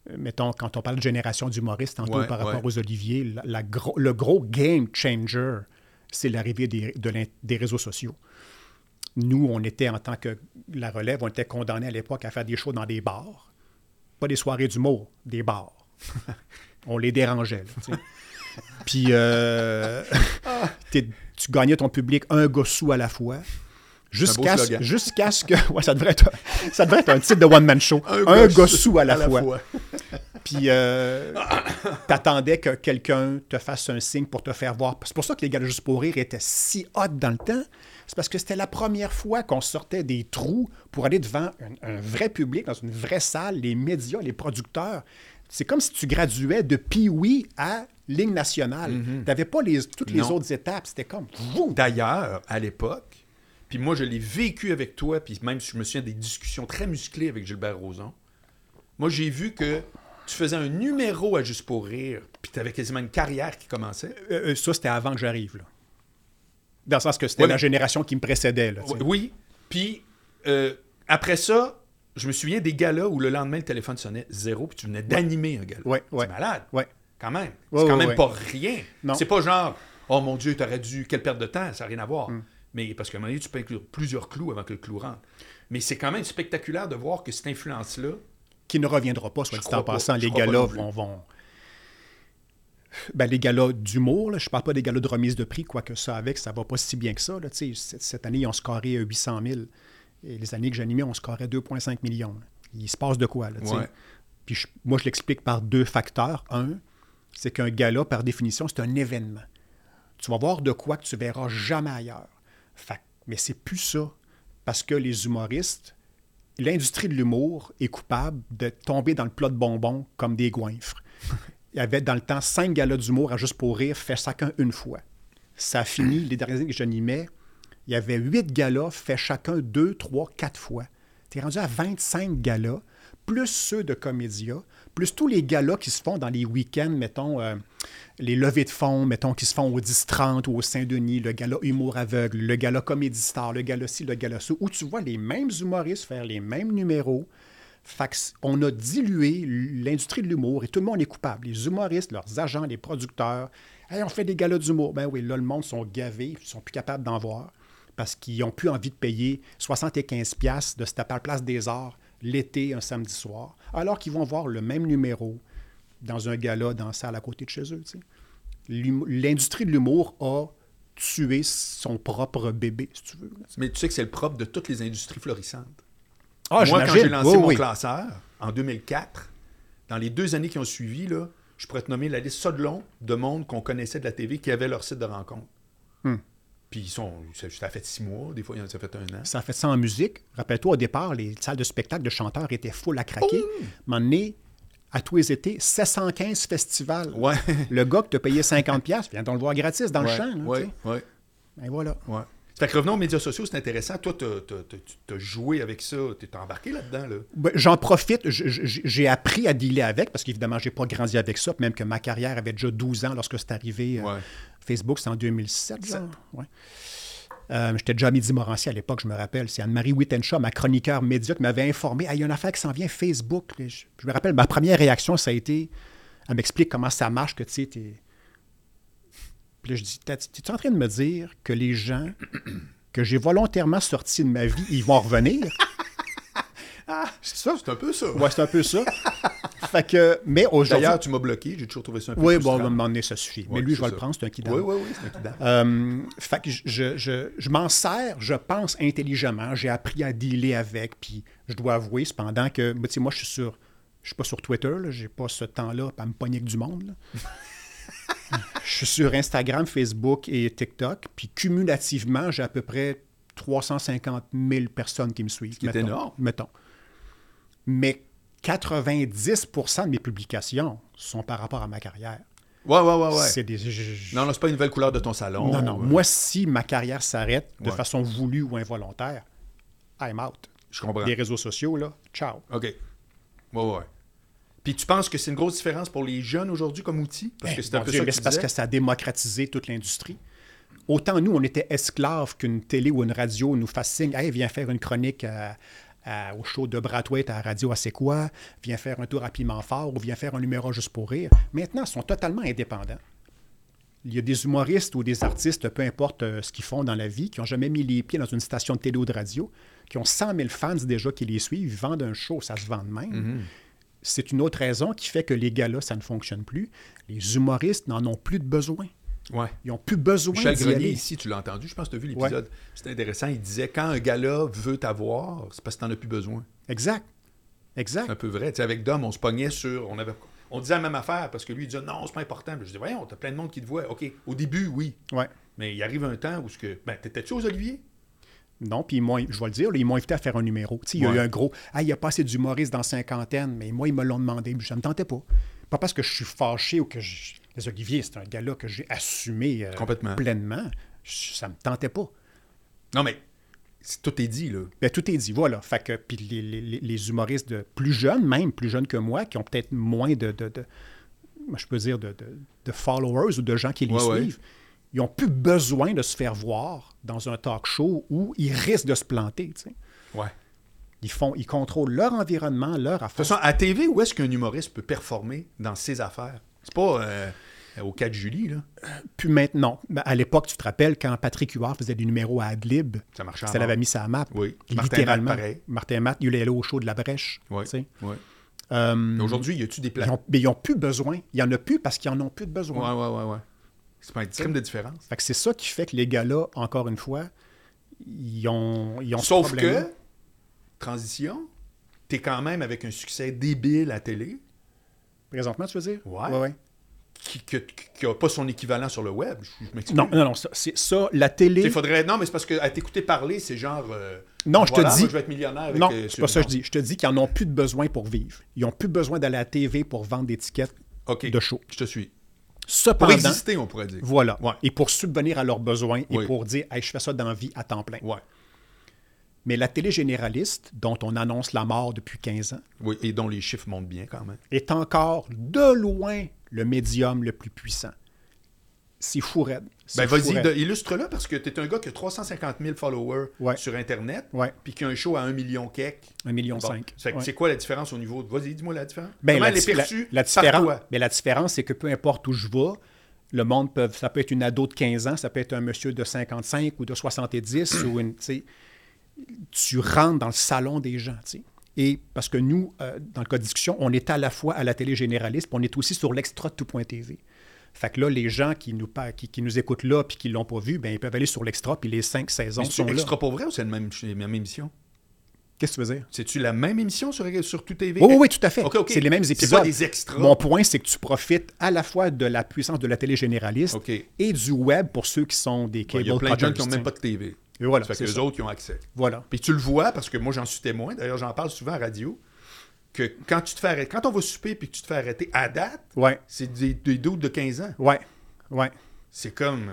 Speaker 2: euh, Mettons, quand on parle de génération d'humoristes, tantôt
Speaker 1: Ouais,
Speaker 2: par
Speaker 1: ouais.
Speaker 2: rapport aux Olivier, la- la gro- le gros game changer, c'est l'arrivée des, de l'in- des réseaux sociaux. Nous, on était, en tant que la relève, on était condamnés à l'époque à faire des shows dans des bars. Pas des soirées d'humour, des bars. on les dérangeait. là, tu sais. Puis euh, t'es- tu gagnais ton public un gossou à la fois. Jusqu'à ce,
Speaker 1: slogan.
Speaker 2: jusqu'à ce que. Ouais, ça devrait être, ça devrait être un titre de one-man show. Un, gossou à la, fois. Puis euh, t'attendais que quelqu'un te fasse un signe pour te faire voir. C'est pour ça que les gars de juste pour rire étaient si hot dans le temps. C'est parce que c'était la première fois qu'on sortait des trous pour aller devant un, un vrai public, dans une vraie salle, les médias, les producteurs. C'est comme si tu graduais de pee à ligne nationale. T'avais pas les, toutes les
Speaker 1: Mm-hmm. Non.
Speaker 2: autres étapes. C'était comme... vroom.
Speaker 1: D'ailleurs, à l'époque, puis moi je l'ai vécu avec toi, puis même si je me souviens des discussions très musclées avec Gilbert Rozon, moi j'ai vu que tu faisais un numéro à Juste pour rire, puis tu avais quasiment une carrière qui commençait.
Speaker 2: Euh, euh, ça, c'était avant que j'arrive. là. Dans le sens que c'était
Speaker 1: Ouais,
Speaker 2: la
Speaker 1: mais-
Speaker 2: génération qui me précédait. Là, tu sais.
Speaker 1: Oui. Puis euh, après ça, je me souviens des galas où le lendemain le téléphone sonnait zéro, puis tu venais d'animer un gala.
Speaker 2: Ouais, ouais.
Speaker 1: C'est malade.
Speaker 2: Ouais.
Speaker 1: Quand même.
Speaker 2: Ouais,
Speaker 1: c'est quand
Speaker 2: ouais,
Speaker 1: même
Speaker 2: ouais.
Speaker 1: pas rien.
Speaker 2: Non.
Speaker 1: C'est pas genre, oh mon Dieu, t'aurais dû, quelle perte de temps, ça n'a rien à voir.
Speaker 2: Mm.
Speaker 1: Mais parce qu'à un moment donné, tu peux inclure plusieurs clous avant que le clou rentre. Mais c'est quand même spectaculaire de voir que cette influence-là.
Speaker 2: qui ne reviendra pas, soit
Speaker 1: Je
Speaker 2: dit
Speaker 1: crois
Speaker 2: en
Speaker 1: pas,
Speaker 2: passant.
Speaker 1: je
Speaker 2: Les
Speaker 1: crois pas
Speaker 2: gars-là
Speaker 1: non plus.
Speaker 2: vont, vont- ben, les galas d'humour, là, je ne parle pas des galas de remise de prix, quoique ça avec, ça va pas si bien que ça. Là, tu sais, cette, cette année, ils ont scoré euh, 800 000. Et les années que j'animais, on scorait 2,5 millions. là. Il se passe de quoi? Là, tu sais.
Speaker 1: Ouais.
Speaker 2: Puis je- moi, je l'explique par deux facteurs. Un, c'est qu'un gala, par définition, c'est un événement. Tu vas voir de quoi que tu verras jamais ailleurs. Fait que- mais c'est plus ça. Parce que les humoristes, l'industrie de l'humour est coupable de tomber dans le plat de bonbons comme des goinfres. Il y avait dans le temps cinq galas d'humour à juste pour rire, fait chacun une fois. Ça a fini, les dernières années que j'animais, il y avait huit galas, fait chacun deux, trois, quatre fois. Tu es rendu à 25 galas, plus ceux de Comédia, plus tous les galas qui se font dans les week-ends, mettons, euh, les levées de fonds, mettons, qui se font au 10-30 ou au Saint-Denis, le gala Humour aveugle, le gala Comédie Star, le gala ci, le gala ça, où tu vois les mêmes humoristes faire les mêmes numéros. Fait que c- on a dilué l'industrie de l'humour et tout le monde est coupable. Les humoristes, leurs agents, les producteurs. Hey, on fait des galas d'humour. Ben oui, là, le monde sont gavés, ils sont plus capables d'en voir parce qu'ils n'ont plus envie de payer 75$ piastres de se taper à la place des arts l'été, un samedi soir, alors qu'ils vont voir le même numéro dans un gala, dans la salle à côté de chez eux. tu sais. L'humo- L'industrie de l'humour a tué son propre bébé, si tu veux. là.
Speaker 1: Mais tu sais que c'est le propre de toutes les industries florissantes.
Speaker 2: Ah,
Speaker 1: Moi, quand
Speaker 2: j'imagine.
Speaker 1: j'ai lancé
Speaker 2: Oui,
Speaker 1: mon
Speaker 2: oui.
Speaker 1: classeur en 2004, dans les deux années qui ont suivi, là, je pourrais te nommer la liste ça de long de monde qu'on connaissait de la TV qui avait leur site de rencontre.
Speaker 2: Hmm.
Speaker 1: Puis ils sont, ça ça a fait six mois, des fois ça a fait un an.
Speaker 2: Ça a fait ça en musique. Rappelle-toi, au départ, les salles de spectacle de chanteurs étaient full à craquer.
Speaker 1: Oh!
Speaker 2: À un moment donné, à tous les étés, 715 festivals.
Speaker 1: Ouais.
Speaker 2: Le gars que t'as payé 50$, piastres, viens donc le voir gratis dans le
Speaker 1: Ouais,
Speaker 2: champ. là, tu
Speaker 1: ouais,
Speaker 2: sais.
Speaker 1: ouais,
Speaker 2: Ben voilà.
Speaker 1: ouais. Fait que revenons aux médias sociaux, c'est intéressant. Toi, t'as- t'as- t'as- tu t'as joué avec ça, tu t'es embarqué là-dedans. Là.
Speaker 2: Ben, J'en profite, je- je- j'ai appris à dealer avec, parce qu'évidemment, j'ai pas grandi avec ça, puis même que ma carrière avait déjà 12 ans lorsque c'est arrivé. euh,
Speaker 1: Ouais.
Speaker 2: Facebook, c'est en 2007. genre. Ouais. Euh, J'étais déjà à Midi Morancy à l'époque, je me rappelle. C'est Anne-Marie Wittenshaw, ma chroniqueur média, qui m'avait informé Ah, il y a une affaire qui s'en vient, Facebook. Puis Je, je me rappelle, ma première réaction, ça a été Elle m'explique comment ça marche, que tu sais, t'es. Puis là, je dis T'es-tu en train de me dire que les gens que j'ai volontairement sortis de ma vie, ils vont revenir C'est ça
Speaker 1: C'est un peu ça.
Speaker 2: Ouais, c'est un peu ça. fait que, mais aujourd'hui.
Speaker 1: D'ailleurs, tu m'as bloqué, j'ai toujours trouvé ça un peu
Speaker 2: Oui, bon,
Speaker 1: frustrant.
Speaker 2: à un moment donné, ça suffit. mais
Speaker 1: Ouais,
Speaker 2: lui, je
Speaker 1: c'est
Speaker 2: vais le
Speaker 1: ça.
Speaker 2: prendre, c'est un kidam.
Speaker 1: Oui, oui, oui, c'est un kidam.
Speaker 2: Euh, fait que je, je- je- je m'en sers, je pense intelligemment, j'ai appris à dealer avec, puis je dois avouer cependant que, mais tu sais, moi, je suis sur, je suis pas sur Twitter, là, j'ai pas ce temps-là à me pogner avec du monde. là. je suis sur Instagram, Facebook et TikTok, puis cumulativement, j'ai à peu près 350 000 personnes qui me suivent.
Speaker 1: qui est
Speaker 2: mettons,
Speaker 1: énorme.
Speaker 2: Mettons. Mais 90 de mes publications sont par rapport à ma carrière.
Speaker 1: Ouais, ouais, ouais, ouais.
Speaker 2: C'est des... je- je-
Speaker 1: Non, non, c'est pas une nouvelle couleur de ton salon.
Speaker 2: non, non.
Speaker 1: Euh,
Speaker 2: Moi, si ma carrière s'arrête de
Speaker 1: Ouais.
Speaker 2: façon voulue ou involontaire, I'm out.
Speaker 1: Je comprends.
Speaker 2: Les réseaux sociaux, là, ciao.
Speaker 1: OK. Ouais, ouais, ouais. Puis tu penses que c'est une grosse différence pour les jeunes aujourd'hui comme outil? Parce que
Speaker 2: Ben,
Speaker 1: c'est un
Speaker 2: mon
Speaker 1: peu
Speaker 2: Dieu,
Speaker 1: ça
Speaker 2: mais
Speaker 1: que tu
Speaker 2: c'est parce
Speaker 1: disais.
Speaker 2: que ça a démocratisé toute l'industrie. Autant nous, on était esclaves qu'une télé ou une radio nous fasse signe Hey, viens faire une chronique à- à- au show de Brathwaite à la radio à C'est quoi Viens faire un tour à Piment Fort ou viens faire un numéro juste pour rire. Maintenant, ils sont totalement indépendants. Il y a des humoristes ou des artistes, peu importe euh, ce qu'ils font dans la vie, qui n'ont jamais mis les pieds dans une station de télé ou de radio, qui ont 100 000 fans déjà qui les suivent, ils vendent un show, ça se vend de même.
Speaker 1: Mm-hmm.
Speaker 2: C'est une autre raison qui fait que les gars-là, ça ne fonctionne plus. Les humoristes n'en ont plus de besoin.
Speaker 1: Ouais.
Speaker 2: Ils n'ont plus besoin
Speaker 1: Michel
Speaker 2: d'y
Speaker 1: Grenier,
Speaker 2: aller.
Speaker 1: ici, tu l'as entendu, je pense que tu as vu l'épisode. C'était intéressant. Il disait quand un gars-là veut t'avoir, c'est parce que t'en as plus besoin.
Speaker 2: Exact.
Speaker 1: C'est un
Speaker 2: Exact.
Speaker 1: peu vrai. Tu sais, avec Dom, on se pognait sur. On, avait, on disait la même affaire parce que lui, il disait non, c'est pas important. Puis Je dis voyons, t'as plein de monde qui te voit. OK, au début, oui.
Speaker 2: Ouais.
Speaker 1: Mais il arrive un temps où ce que. Ben, t'étais-tu aux Oliviers?
Speaker 2: Non, puis ils m'ont- je vais le dire, là, ils m'ont invité à faire un numéro. Tu sais, il y a
Speaker 1: Ouais.
Speaker 2: eu un gros Ah, il n'y a pas assez d'humoristes dans cinquantaine, mais moi, ils me l'ont demandé, puis je ne me tentais pas. Pas parce que je suis fâché ou que je. Les Olivier, c'est un gars-là que j'ai assumé euh,
Speaker 1: Complètement.
Speaker 2: pleinement. Je- ça ne me tentait pas.
Speaker 1: Non, mais c'est- tout est dit, là.
Speaker 2: Ben, tout est dit, voilà. Fait que, puis les, les- les- les humoristes de plus jeunes, même plus jeunes que moi, qui ont peut-être moins de, de- de- moi, je peux dire, de, de- de followers ou de gens qui les
Speaker 1: Ouais, ouais.
Speaker 2: suivent, ils n'ont plus besoin de se faire voir dans un talk show où ils risquent de se planter. tu sais.
Speaker 1: Ouais.
Speaker 2: Ils, font, ils contrôlent leur environnement, leur
Speaker 1: De
Speaker 2: affaire.
Speaker 1: toute façon, à TV, où est-ce qu'un humoriste peut performer dans ses affaires? C'est pas euh, au 4 juillet, là.
Speaker 2: Puis maintenant, ben, à l'époque, tu te rappelles quand Patrick Huard faisait des numéros à Adlib,
Speaker 1: Ça marchait en
Speaker 2: ça l'avait
Speaker 1: or.
Speaker 2: mis sa map.
Speaker 1: Oui. Martin Matt,
Speaker 2: Littéralement.
Speaker 1: pareil.
Speaker 2: Martin Matt, il est allé au show de la brèche.
Speaker 1: Ouais.
Speaker 2: tu sais.
Speaker 1: Ouais.
Speaker 2: Euh,
Speaker 1: Mais Aujourd'hui, y a-tu des
Speaker 2: ils
Speaker 1: plateaux?
Speaker 2: ont- mais ils n'ont plus besoin. Il n'y en a plus parce qu'ils n'en ont plus de
Speaker 1: Ouais,
Speaker 2: besoin.
Speaker 1: ouais, ouais, ouais. C'est pas un dixième de différence.
Speaker 2: Fait que c'est ça qui fait que les gars-là, encore une fois, ils ont, ils ont ce
Speaker 1: Sauf
Speaker 2: problème-là.
Speaker 1: que, transition, t'es quand même avec un succès débile à télé
Speaker 2: Présentement, tu veux dire?
Speaker 1: Ouais.
Speaker 2: ouais.
Speaker 1: qui n'a pas son équivalent sur le web. Je, je m'excuse.
Speaker 2: Non, non, non, ça, c'est ça, la
Speaker 1: Il
Speaker 2: télé.
Speaker 1: faudrait. Non, mais c'est parce qu'à t'écouter parler, c'est genre. euh,
Speaker 2: Non, je te
Speaker 1: voilà,
Speaker 2: dis-
Speaker 1: moi, je vais être millionnaire avec.
Speaker 2: Non,
Speaker 1: euh,
Speaker 2: c'est
Speaker 1: ce-
Speaker 2: pas ça que
Speaker 1: non.
Speaker 2: je dis. Je te dis qu'ils n'en ont plus de besoin pour vivre. Ils n'ont plus besoin d'aller à la TV pour vendre des tickets
Speaker 1: OK.
Speaker 2: de show.
Speaker 1: Je te suis. Pour
Speaker 2: Cependant,
Speaker 1: exister, on pourrait dire.
Speaker 2: voilà,
Speaker 1: Ouais.
Speaker 2: et pour subvenir à leurs besoins et
Speaker 1: Oui.
Speaker 2: pour dire hey, « je fais ça dans la vie à temps plein
Speaker 1: Ouais.
Speaker 2: Mais la télé généraliste, dont on annonce la mort depuis 15 ans,
Speaker 1: Oui, et dont les chiffres montent bien quand même.
Speaker 2: est encore de loin le médium le plus puissant. C'est fou raide.
Speaker 1: Ben
Speaker 2: C'est fou
Speaker 1: vas-y,
Speaker 2: raide.
Speaker 1: de- illustre-le parce que t'es un gars qui a 350 000 followers
Speaker 2: Ouais.
Speaker 1: sur Internet,
Speaker 2: Ouais.
Speaker 1: puis qui a un show à 1 million quelques.
Speaker 2: Un million
Speaker 1: Bon.
Speaker 2: cinq.
Speaker 1: Fait que
Speaker 2: Ouais.
Speaker 1: C'est quoi la différence au niveau de... Vas-y, dis-moi la différence.
Speaker 2: Ben,
Speaker 1: Comment
Speaker 2: la,
Speaker 1: elle est
Speaker 2: di- la-
Speaker 1: perçue
Speaker 2: la
Speaker 1: par
Speaker 2: différence,
Speaker 1: toi?
Speaker 2: ben, la différence, c'est que peu importe où je vais, le monde peut, ça peut être une ado de 15 ans, ça peut être un monsieur de 55 ou de 70 ou une, tu sais, tu rentres dans le salon des gens, tu sais. Et parce que nous, euh, dans le cas de discussion, on est à la fois à la télé généraliste, puis on est aussi sur l'extra de tout.tv. Fait que là, les gens qui nous, pa- qui, qui nous écoutent là puis qui l'ont pas vu, ben ils peuvent aller sur l'extra, puis les cinq saisons
Speaker 1: Mais C'est
Speaker 2: sont là.
Speaker 1: extra pour vrai ou c'est la même, la même émission?
Speaker 2: Qu'est-ce que tu veux dire?
Speaker 1: C'est-tu la même émission sur, sur Tout TV?
Speaker 2: Oui, oui, oui, tout à fait.
Speaker 1: Ok, ok.
Speaker 2: C'est les mêmes
Speaker 1: C'est pas
Speaker 2: épisodes.
Speaker 1: des extras.
Speaker 2: Mon point, c'est que tu profites à la fois de la puissance de la télé généraliste
Speaker 1: Ok.
Speaker 2: et du web pour ceux qui sont des
Speaker 1: Il
Speaker 2: cable
Speaker 1: y a plein de gens
Speaker 2: cutters,
Speaker 1: qui n'ont
Speaker 2: tu
Speaker 1: même
Speaker 2: sais.
Speaker 1: pas de TV.
Speaker 2: Et voilà,
Speaker 1: Ça fait
Speaker 2: c'est
Speaker 1: que les
Speaker 2: ça.
Speaker 1: autres qui ont accès.
Speaker 2: Voilà.
Speaker 1: Puis tu le vois, parce que moi j'en suis témoin, d'ailleurs j'en parle souvent à radio, que quand tu te fais arrêter, quand on va souper puis que tu te fais arrêter à date,
Speaker 2: Ouais,
Speaker 1: c'est des, des doutes de 15 ans.
Speaker 2: ouais, ouais.
Speaker 1: C'est comme.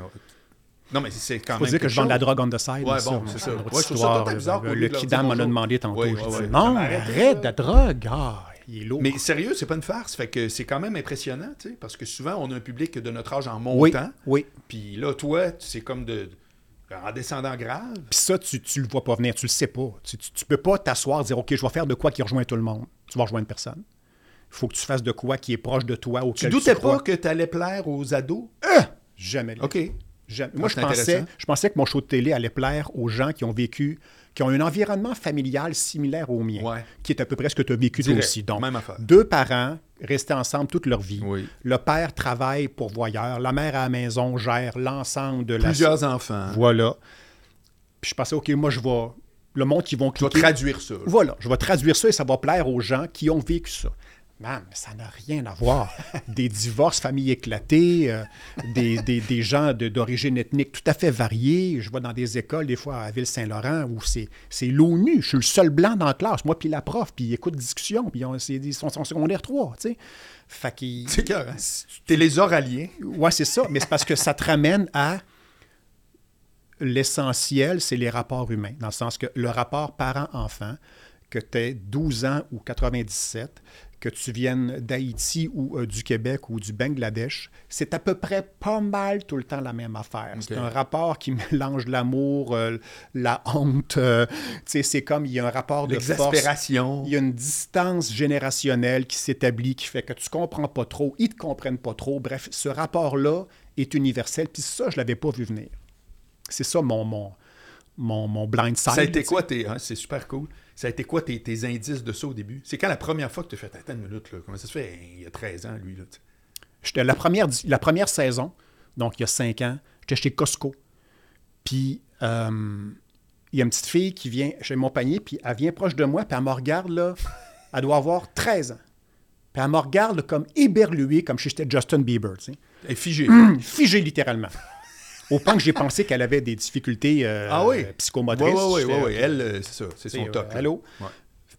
Speaker 1: Non, mais c'est quand
Speaker 2: Faut
Speaker 1: même.
Speaker 2: dire que
Speaker 1: quelque
Speaker 2: je vends de la
Speaker 1: chose.
Speaker 2: drogue on the side.
Speaker 1: Ouais,
Speaker 2: là,
Speaker 1: bon, c'est ça.
Speaker 2: une autre
Speaker 1: Ouais, je trouve ça
Speaker 2: histoire,
Speaker 1: tout à
Speaker 2: là.
Speaker 1: kidam
Speaker 2: Le kidam m'en a demandé tantôt.
Speaker 1: Ouais,
Speaker 2: je
Speaker 1: ouais,
Speaker 2: dis,
Speaker 1: ouais.
Speaker 2: non,
Speaker 1: Mais arrête
Speaker 2: arrête
Speaker 1: ça.
Speaker 2: la drogue. Ah, il est lourd.
Speaker 1: Mais sérieux, c'est pas une farce. Fait que c'est quand même impressionnant, tu sais, parce que souvent on a un public de notre âge en
Speaker 2: oui,
Speaker 1: montant.
Speaker 2: oui.
Speaker 1: Puis là, toi, c'est comme de. En descendant grave.
Speaker 2: Puis ça, tu, tu le vois pas venir, tu le sais pas. Tu, tu, tu peux pas t'asseoir dire OK, je vais faire de quoi qui rejoint tout le monde. Tu vas rejoindre personne. Faut que tu fasses de quoi qui est proche de toi ou
Speaker 1: Tu doutais pas que tu allais plaire aux ados?
Speaker 2: Jamais. de la
Speaker 1: OK.
Speaker 2: Jamais.
Speaker 1: Ah,
Speaker 2: Moi, je
Speaker 1: c'est
Speaker 2: pensais,
Speaker 1: intéressant.
Speaker 2: je pensais que mon show de télé allait plaire aux gens qui ont vécu, qui ont un environnement familial similaire au mien,
Speaker 1: Ouais.
Speaker 2: qui est à peu près ce que tu as vécu toi
Speaker 1: Direct.
Speaker 2: aussi. Donc,
Speaker 1: Même affaire.
Speaker 2: deux parents restés ensemble toute leur vie.
Speaker 1: Oui.
Speaker 2: Le père travaille pour voyeur, la mère à la maison gère l'ensemble de la...
Speaker 1: Plusieurs enfants.
Speaker 2: Voilà. Puis je pensais, OK, moi, je vais... Le monde qui vont
Speaker 1: Tu vas
Speaker 2: cliquer...
Speaker 1: traduire ça. là.
Speaker 2: Voilà, je vais traduire ça et ça va plaire aux gens qui ont vécu ça. Man, mais ça n'a rien à voir. Des divorces, familles éclatées, euh, des, des- des gens de- d'origine ethnique tout à fait variée. Je vais dans des écoles, des fois à Ville-Saint-Laurent, où c'est c'est l'ONU. Je suis le seul blanc dans la classe, moi puis la prof, puis ils écoutent discussion, puis on- c'est- ils sont en secondaire 3, tu sais. Fait qu'ils-
Speaker 1: C'est cœur. hein? T'es les oraliens.
Speaker 2: Ouais, c'est ça, mais c'est parce que ça te ramène à l'essentiel, c'est les rapports humains, dans le sens que le rapport parent-enfant, que tu aies 12 ans ou 97, que tu viennes d'Haïti ou euh, du Québec ou du Bangladesh, c'est à peu près pas mal tout le temps la même affaire. C'est
Speaker 1: Ok.
Speaker 2: un rapport qui mélange l'amour, euh, la honte. euh, tu sais, c'est comme il y a un rapport de force
Speaker 1: L'exaspération.
Speaker 2: il y a une distance générationnelle qui s'établit, qui fait que tu comprends pas trop, ils te comprennent pas trop. Bref, ce rapport-là est universel. Puis ça, je l'avais pas vu venir. C'est ça mon, mon, mon, mon blind side.
Speaker 1: Ça a été
Speaker 2: tu sais.
Speaker 1: quoi tes. hein, c'est super cool. Ça a été quoi tes, tes indices de ça au début? C'est quand la première fois que tu as fait Attends une minute, là, comment ça se fait? Il y a 13 ans, lui. Là, tu sais.
Speaker 2: J'étais la première, la première saison, donc il y a cinq ans, j'étais chez Costco. Puis euh, il y a une petite fille qui vient chez mon panier, puis elle vient proche de moi, puis elle me regarde, là. Elle doit avoir 13 ans. Puis elle me regarde comme éberluée, comme si j'étais Justin Bieber, tu sais.
Speaker 1: Elle est figée.
Speaker 2: Mm. figée littéralement. Au point que j'ai pensé qu'elle avait des difficultés euh,
Speaker 1: Ah oui? Oui,
Speaker 2: psychomotrices.
Speaker 1: oui, oui.
Speaker 2: J'étais,
Speaker 1: Elle, euh, c'est ça. C'est son
Speaker 2: euh,
Speaker 1: top. là.
Speaker 2: allô?
Speaker 1: Ouais.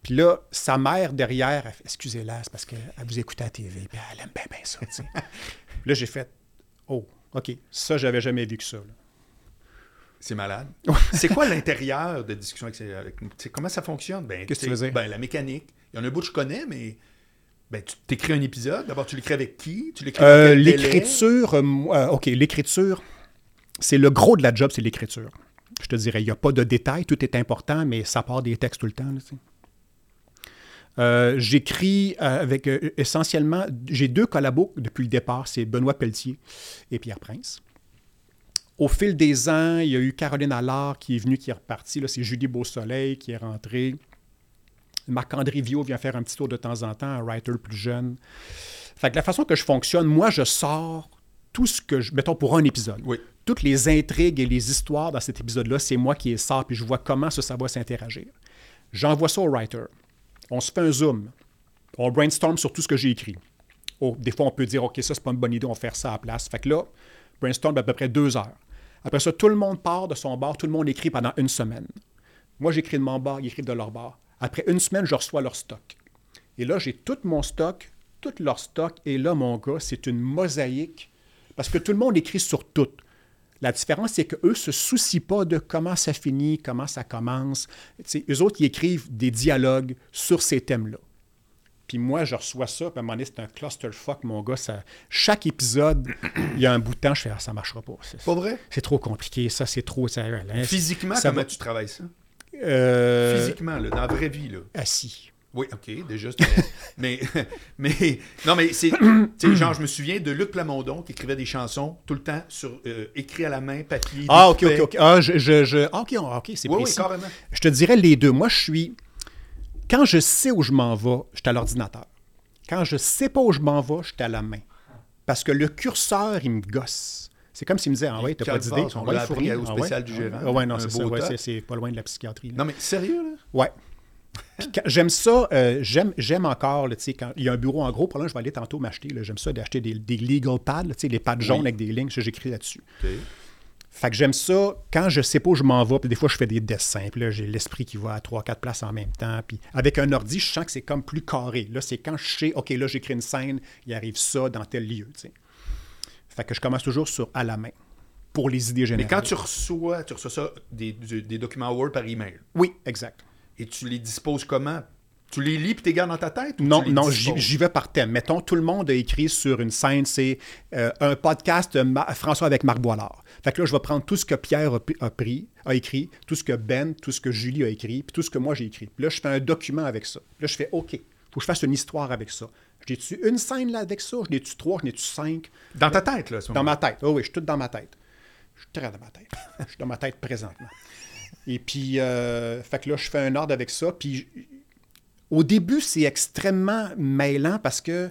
Speaker 2: Puis là, sa mère derrière, elle fait, excusez-la, c'est parce qu'elle vous écoute à la TV, puis elle aime bien, bien ça. tu sais. Puis là, j'ai fait, oh, OK, ça, j'avais jamais vu que ça. là.
Speaker 1: C'est malade. c'est quoi l'intérieur de discussion avec, avec nous? Tu sais, Comment ça fonctionne? Ben,
Speaker 2: Qu'est-ce que
Speaker 1: tu
Speaker 2: tu
Speaker 1: sais,
Speaker 2: veux dire?
Speaker 1: Ben, la mécanique. Il y en a un bout que je connais, mais ben, tu t'écris un épisode. D'abord, tu l'écris avec qui? Tu l'écris dans
Speaker 2: Euh,
Speaker 1: quel délai?
Speaker 2: l'écriture, euh, moi, euh, OK, l'écriture, c'est le gros de la job, c'est l'écriture. Je te dirais, il n'y a pas de détails, tout est important, mais ça part des textes tout le temps. là, tu sais. Euh, J'écris euh, avec euh, essentiellement, j'ai deux collabos depuis le départ, c'est Benoît Pelletier et Pierre Prince. Au fil des ans, il y a eu Caroline Allard qui est venue, qui est repartie. là, C'est Julie Beausoleil qui est rentrée. Marc-André Viau vient faire un petit tour de temps en temps, un writer plus jeune. Fait que la façon que je fonctionne, moi, je sors tout ce que je. Mettons pour un épisode.
Speaker 1: Oui.
Speaker 2: Toutes les intrigues et les histoires dans cet épisode-là, c'est moi qui les sors, puis je vois comment ça, ça va s'interagir. J'envoie ça au writer. On se fait un zoom. On brainstorm sur tout ce que j'ai écrit. Oh, des fois, on peut dire, OK, ça, c'est pas une bonne idée, on va faire ça à la place. Fait que là, brainstorm à peu près deux heures. Après ça, tout le monde part de son bar, tout le monde écrit pendant une semaine. Moi, j'écris de mon bar, ils écrivent de leur bar. Après une semaine, je reçois leur stock. Et là, j'ai tout mon stock, tout leur stock. Et là, mon gars, c'est une mosaïque parce que tout le monde écrit sur tout. La différence, c'est qu'eux ne se soucient pas de comment ça finit, comment ça commence. Les eux autres, ils écrivent des dialogues sur ces thèmes-là. Puis moi, je reçois ça, puis à un moment donné, c'est un clusterfuck, mon gars. Ça, chaque épisode, il y a un bout de temps, je fais ah, ça marchera pas. C'est,
Speaker 1: Pas vrai?
Speaker 2: c'est trop compliqué, ça, c'est trop. Ça, hein,
Speaker 1: Physiquement,
Speaker 2: ça
Speaker 1: comment
Speaker 2: va-
Speaker 1: tu travailles ça?
Speaker 2: euh,
Speaker 1: Physiquement, là, dans la vraie vie, là.
Speaker 2: Assis.
Speaker 1: Oui, OK, déjà, c'est- mais, mais, non, mais c'est, tu sais, genre, je me souviens de Luc Plamondon qui écrivait des chansons tout le temps sur, euh, écrit à la main, papier,
Speaker 2: Ah, ok, ok,
Speaker 1: découpé.
Speaker 2: ok. Ah, je, je- je- ah, ok, ah, ok, c'est
Speaker 1: Oui, oui,
Speaker 2: précis.
Speaker 1: carrément.
Speaker 2: je te dirais les deux. Moi, je suis. Quand je sais où je m'en vais, je suis à l'ordinateur. Quand je sais pas où je m'en vais, je suis à la main. Parce que le curseur, il me gosse. C'est comme s'il me disait, ah ouais, t'as pas
Speaker 1: Calvaire,
Speaker 2: d'idée.
Speaker 1: on
Speaker 2: Ah ouais,
Speaker 1: l'a appris
Speaker 2: Fournier,
Speaker 1: au
Speaker 2: ah ouais.
Speaker 1: spécial du gérant.
Speaker 2: Ah ouais, non,
Speaker 1: Un
Speaker 2: c'est ça.
Speaker 1: beau
Speaker 2: ouais,
Speaker 1: tas.
Speaker 2: c'est- c'est pas loin de la psychiatrie. là.
Speaker 1: Non, mais sérieux, là?
Speaker 2: Ouais. Puis quand- J'aime ça, euh, j'aime, j'aime encore, là, tu sais, quand il y a un bureau en gros, pour là, je vais aller tantôt m'acheter, là, j'aime ça d'acheter des, des legal pads, là, tu sais, les pads jaunes avec des lignes, ça, j'écris là-dessus.
Speaker 1: OK.
Speaker 2: Fait que j'aime ça quand je sais pas où je m'en vais, puis des fois je fais des dessins, puis là j'ai l'esprit qui va à trois, quatre places en même temps, puis avec un ordi, je sens que c'est comme plus carré. Là, c'est quand je sais, OK, là j'écris une scène, il arrive ça dans tel lieu, tu sais. Fait que je commence toujours sur à la main pour les idées
Speaker 1: Mais
Speaker 2: générales.
Speaker 1: quand tu reçois, tu reçois ça, des, du- des documents Word par email,
Speaker 2: Oui, exact.
Speaker 1: et tu les disposes comment? Tu les lis puis tu les gardes dans ta tête? Ou
Speaker 2: Non,
Speaker 1: tu les
Speaker 2: non, j'y
Speaker 1: disposes?
Speaker 2: j'y vais par thème. Mettons, tout le monde a écrit sur une scène, c'est euh, un podcast de Ma- François avec Marc Boilard. Fait que là, je vais prendre tout ce que Pierre a, pi- a pris, a écrit, tout ce que Ben, tout ce que Julie a écrit, puis tout ce que moi j'ai écrit. Puis là, je fais un document avec ça. Là, je fais OK, faut que je fasse une histoire avec ça. J'ai-tu une scène là avec ça? Je n'ai-tu trois? Je n'ai-tu cinq?
Speaker 1: Dans ta tête, là, à ce
Speaker 2: Dans
Speaker 1: moment-là.
Speaker 2: ma tête. Oh oui, je suis tout dans ma tête. Je suis très dans ma tête. Je suis dans ma tête présentement. Et puis, euh, fait que là, je fais un ordre avec ça. Puis, j- au début, c'est extrêmement mêlant parce que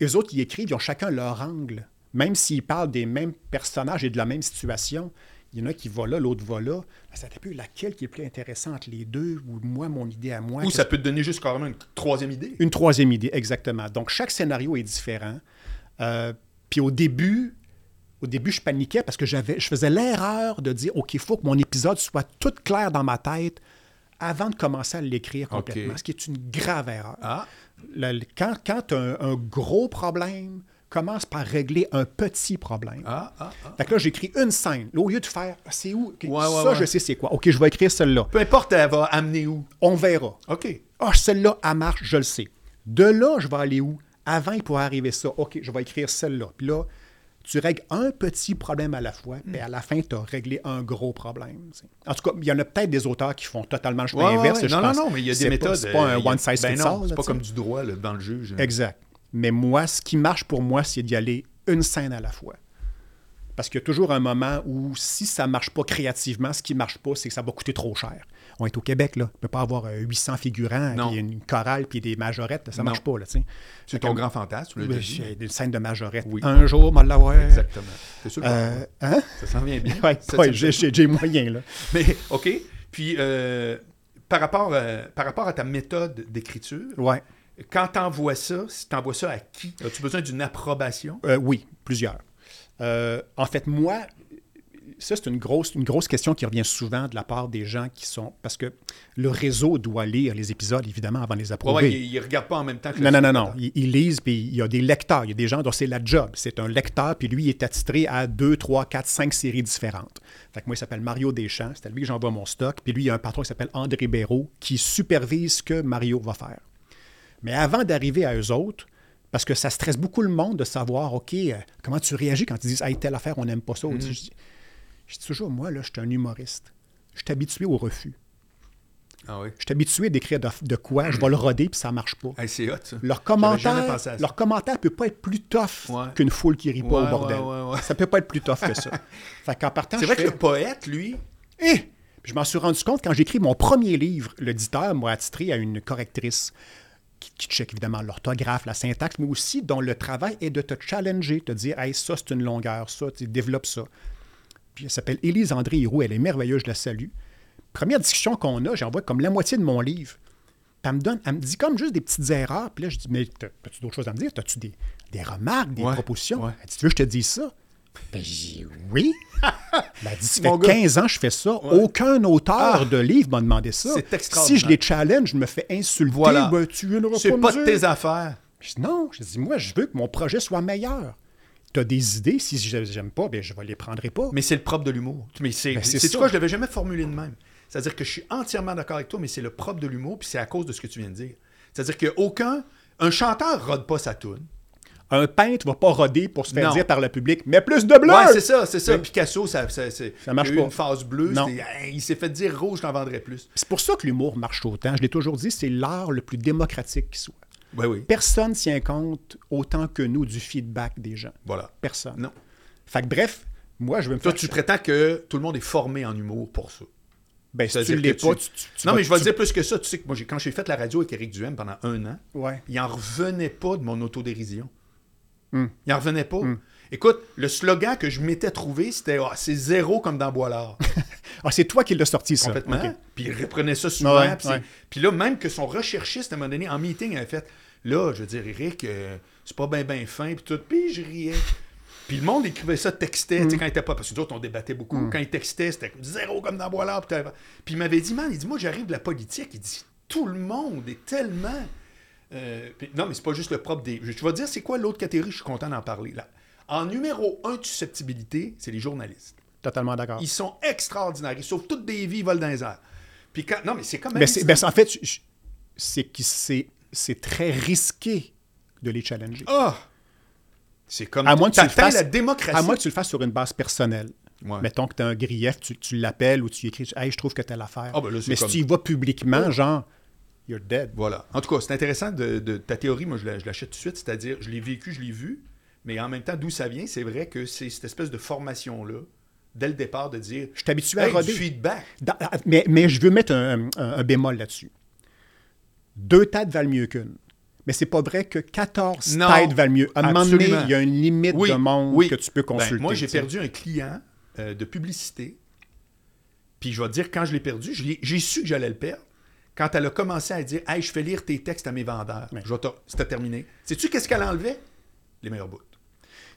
Speaker 2: les autres, ils écrivent, ils ont chacun leur angle. Même s'ils parlent des mêmes personnages et de la même situation, il y en a qui va là, l'autre va là. Ben, ça dépend laquelle qui est plus intéressante, les deux, ou moi, mon idée à moi.
Speaker 1: Ou
Speaker 2: qu'est-ce
Speaker 1: ça peut te donner juste carrément une troisième idée.
Speaker 2: une troisième idée, exactement. Donc, chaque scénario est différent. Euh, puis au début, au début, je paniquais parce que j'avais, je faisais l'erreur de dire, OK, il faut que mon épisode soit tout clair dans ma tête avant de commencer à l'écrire complètement,
Speaker 1: OK.
Speaker 2: ce qui est une grave erreur.
Speaker 1: Ah.
Speaker 2: Le- le- quand tu as un, un gros problème, commence par régler un petit problème.
Speaker 1: Ah, ah, ah.
Speaker 2: Fait que là, j'écris une scène. Là, au lieu de faire, Ah, c'est où? OK,
Speaker 1: Ouais, ouais,
Speaker 2: ça,
Speaker 1: ouais.
Speaker 2: je sais c'est quoi. OK, je vais écrire celle-là.
Speaker 1: Peu importe, elle va amener où.
Speaker 2: On verra.
Speaker 1: OK.
Speaker 2: Ah, celle-là, elle marche, je le sais. De là, je vais aller où? Avant, il pourrait arriver ça. OK, je vais écrire celle-là. Puis là, tu règles un petit problème à la fois,
Speaker 1: Mm.
Speaker 2: puis à la fin, tu as réglé un gros problème. tu sais. En tout cas, il y en a peut-être des auteurs qui font totalement le chemin
Speaker 1: Ouais, ouais,
Speaker 2: inverse.
Speaker 1: ouais.
Speaker 2: je
Speaker 1: Non, non,
Speaker 2: pense.
Speaker 1: non, mais il y a
Speaker 2: C'est
Speaker 1: des
Speaker 2: pas-
Speaker 1: méthodes.
Speaker 2: C'est pas un
Speaker 1: euh, il y a-
Speaker 2: one size
Speaker 1: ben
Speaker 2: fits
Speaker 1: non,
Speaker 2: all.
Speaker 1: C'est
Speaker 2: là,
Speaker 1: pas
Speaker 2: tu
Speaker 1: comme
Speaker 2: sais.
Speaker 1: du droit là, dans le juge. hein.
Speaker 2: Exact. Mais moi, ce qui marche pour moi, c'est d'y aller une scène à la fois. Parce qu'il y a toujours un moment où, si ça ne marche pas créativement, ce qui ne marche pas, c'est que ça va coûter trop cher. On est au Québec, là. On ne peut pas avoir euh, 800 figurants,
Speaker 1: Non.
Speaker 2: puis une chorale, puis des majorettes. Ça ne
Speaker 1: Non.
Speaker 2: marche pas, là, tu sais.
Speaker 1: C'est
Speaker 2: Fait que-
Speaker 1: ton grand fantasme, tu l'as
Speaker 2: Oui,
Speaker 1: déjà dit.
Speaker 2: j'ai une scène de majorette.
Speaker 1: Oui.
Speaker 2: Un jour, on va l'avoir.
Speaker 1: Exactement. C'est sûr que
Speaker 2: Euh, hein?
Speaker 1: ça s'en vient bien.
Speaker 2: Ouais,
Speaker 1: Ça,
Speaker 2: ouais,
Speaker 1: ça-
Speaker 2: j'ai- j'ai j'ai moyen, là.
Speaker 1: Mais OK. Puis euh, par, rapport, euh, par rapport à ta méthode d'écriture,
Speaker 2: Ouais.
Speaker 1: quand t'envoies ça, si t'envoies ça à qui? As-tu besoin d'une approbation?
Speaker 2: Euh, oui, plusieurs. Euh, en fait, moi, ça, c'est une grosse, une grosse question qui revient souvent de la part des gens qui sont. Parce que le réseau doit lire les épisodes, évidemment, avant de les
Speaker 1: Ouais,
Speaker 2: approuver.
Speaker 1: ouais, il, il regarde pas en même temps que
Speaker 2: Non,
Speaker 1: le
Speaker 2: non, non, non. Ils, ils lisent, puis il y a des lecteurs. Il y a des gens dont c'est la job. C'est un lecteur, puis lui, il est attitré à deux, trois, quatre, cinq séries différentes. Fait que moi, il s'appelle Mario Deschamps. C'est à lui que j'envoie mon stock. Puis lui, il y a un patron qui s'appelle André Béraud qui supervise ce que Mario va faire. Mais avant d'arriver à eux autres, parce que ça stresse beaucoup le monde de savoir, OK, euh, comment tu réagis quand ils disent, hey, telle affaire, on n'aime pas ça.
Speaker 1: Mm-hmm.
Speaker 2: Je, dis, je dis toujours, moi, là, je suis un humoriste. Je suis habitué au refus.
Speaker 1: Ah oui.
Speaker 2: Je suis habitué d'écrire de, de quoi, je
Speaker 1: Mm.
Speaker 2: vais le roder, puis ça marche pas.
Speaker 1: Hey, c'est hot, ça. J'avais jamais
Speaker 2: Leur commentaire,
Speaker 1: pensé à ça.
Speaker 2: leur commentaire peut pas être plus tough
Speaker 1: Ouais.
Speaker 2: qu'une foule qui rit pas
Speaker 1: Ouais,
Speaker 2: au bordel.
Speaker 1: ouais, ouais, ouais.
Speaker 2: Ça peut pas être plus tough que ça. fait qu'en partant,
Speaker 1: C'est
Speaker 2: je
Speaker 1: vrai
Speaker 2: fais,
Speaker 1: que le poète, lui,
Speaker 2: Eh! Puis je m'en suis rendu compte quand j'écris mon premier livre, l'éditeur m'a attitré à une correctrice qui, qui check évidemment l'orthographe, la syntaxe, mais aussi dont le travail est de te challenger, te dire Hey, ça c'est une longueur, ça, tu développes ça. Puis elle s'appelle Élise André Hiroux, elle est merveilleuse, je la salue. Première discussion qu'on a, j'envoie comme la moitié de mon livre. Puis elle me donne, elle me dit comme juste des petites erreurs. Puis là, je dis, mais t'as- as-tu d'autres choses à me dire? As-tu des, des remarques, des
Speaker 1: Ouais,
Speaker 2: propositions?
Speaker 1: ouais.
Speaker 2: Elle dit, tu veux que je te dise ça? Ben, j'ai dit, oui. Ben, elle dit, ça
Speaker 1: Mon
Speaker 2: fait
Speaker 1: gars. Ah.
Speaker 2: 15 ans que je fais ça. Aucun auteur de livre m'a demandé ça.
Speaker 1: C'est
Speaker 2: Si je
Speaker 1: extraordinaire.
Speaker 2: les challenge, je me fais insulter.
Speaker 1: Voilà.
Speaker 2: Ben, tu viendras
Speaker 1: C'est
Speaker 2: me
Speaker 1: pas
Speaker 2: dire.
Speaker 1: de tes affaires.
Speaker 2: Je dis non, je dis moi, je veux que mon projet soit meilleur. Tu as des idées, si je- j'aime pas, ben, je ne les prendrai pas.
Speaker 1: Mais c'est le propre de l'humour. Mais c'est
Speaker 2: Mais Ben, c'est
Speaker 1: c'est
Speaker 2: ça.
Speaker 1: quoi, je l'avais jamais formulé de même. C'est-à-dire que je suis entièrement d'accord avec toi, mais c'est le propre de l'humour, puis c'est à cause de ce que tu viens de dire. C'est-à-dire qu'aucun. Un chanteur rode pas sa toune.
Speaker 2: Un peintre va pas roder pour se faire
Speaker 1: Non.
Speaker 2: dire par le public, mais plus de bleu!
Speaker 1: Ouais, c'est ça, c'est ça. Picasso, ça, ça, c'est-
Speaker 2: Ça marche
Speaker 1: il y a eu
Speaker 2: pas.
Speaker 1: une phase bleue,
Speaker 2: Non.
Speaker 1: c'était, hey, il s'est fait dire rouge, j'en vendrais plus.
Speaker 2: C'est pour ça que l'humour marche autant. Je l'ai toujours dit, c'est l'art le plus démocratique qui soit.
Speaker 1: Oui, oui.
Speaker 2: Personne tient compte autant que nous du feedback des gens.
Speaker 1: Voilà.
Speaker 2: Personne.
Speaker 1: Non.
Speaker 2: Fait que bref, moi, je veux me
Speaker 1: Toi,
Speaker 2: faire...
Speaker 1: tu prétends que tout le monde est formé en humour pour ça.
Speaker 2: ben, si tu
Speaker 1: C'est-à-dire
Speaker 2: l'es
Speaker 1: que
Speaker 2: pas,
Speaker 1: tu-
Speaker 2: tu, tu- tu
Speaker 1: non,
Speaker 2: vas-
Speaker 1: mais je vais
Speaker 2: tu-
Speaker 1: te dire plus que ça. Tu sais que moi, j'ai- quand j'ai fait la radio avec Eric Duhem pendant un an,
Speaker 2: Ouais.
Speaker 1: il n'en revenait pas de mon autodérision.
Speaker 2: Hmm.
Speaker 1: Il n'en revenait pas. Écoute, le slogan que je m'étais trouvé, c'était Ah, c'est zéro comme dans Boilard.
Speaker 2: Ah, c'est toi qui l'as sorti, ça.
Speaker 1: Complètement.
Speaker 2: Ok.
Speaker 1: Puis il reprenait ça souvent.
Speaker 2: Ouais,
Speaker 1: puis, c'est-
Speaker 2: ouais.
Speaker 1: puis là, même que son recherchiste, à un moment donné, en meeting, avait fait Là, je veux dire, Eric, euh, c'est pas bien, bien fin, puis tout. Puis je riais. Puis le monde écrivait ça, textait,
Speaker 2: Mm.
Speaker 1: tu sais, quand il était pas. Parce que nous autres, on débattait beaucoup. Quand il textait, c'était comme zéro comme dans Boilard. Puis, t'avais- puis il m'avait dit Man, il dit Moi, j'arrive de la politique. Il dit Tout le monde est tellement. Euh, puis- non, mais c'est pas juste le propre des. Je, je vais te dire, c'est quoi l'autre catégorie Je suis content d'en parler. là. En numéro un de susceptibilité, c'est les journalistes.
Speaker 2: Totalement d'accord.
Speaker 1: Ils sont extraordinaires. Ils sauvent toutes des vies, ils volent dans les airs. Puis quand... Non, mais c'est quand même...
Speaker 2: Ben, c'est- ben, c'est- en fait, je- je- c'est qui c'est c'est très risqué de les challenger.
Speaker 1: Ah! C'est comme...
Speaker 2: ben- À moins que tu le
Speaker 1: T'atteins
Speaker 2: fasses-
Speaker 1: la démocratie.
Speaker 2: À moins que tu le fasses sur une base personnelle.
Speaker 1: Ouais.
Speaker 2: Mettons que tu as un grief, tu, tu l'appelles ou tu écris Hey, je trouve que tu as l'affaire.
Speaker 1: Ah, ben là, c'est
Speaker 2: Mais
Speaker 1: comme-
Speaker 2: si tu y vas publiquement, genre, you're dead.
Speaker 1: Voilà. En tout cas, c'est intéressant de, de- ta théorie. Moi, je la- je l'achète tout de suite. C'est-à-dire, je l'ai vécu, je l'ai vu. Mais en même temps, d'où ça vient, c'est vrai que c'est cette espèce de formation-là, dès le départ, de dire...
Speaker 2: Je suis habitué à
Speaker 1: Hey, du
Speaker 2: roder.
Speaker 1: feedback.
Speaker 2: Dans- ah, mais, mais je veux mettre un, un- un bémol là-dessus. Deux têtes valent mieux qu'une. Mais c'est pas vrai que 14
Speaker 1: Non,
Speaker 2: têtes valent mieux. À un moment donné,
Speaker 1: absolument.
Speaker 2: il y a une limite de monde que tu peux
Speaker 1: Ben,
Speaker 2: consulter.
Speaker 1: moi, j'ai
Speaker 2: tu sais.
Speaker 1: perdu un client euh, de publicité. Puis je vais te dire, quand je l'ai perdu, je l'ai- j'ai su que j'allais le perdre. Quand elle a commencé à dire Hey, je fais lire tes textes à mes vendeurs,
Speaker 2: Ouais.
Speaker 1: Je vais te- c'était terminé. Sais-tu qu'est-ce qu'elle enlevait Les meilleurs bouts. Tout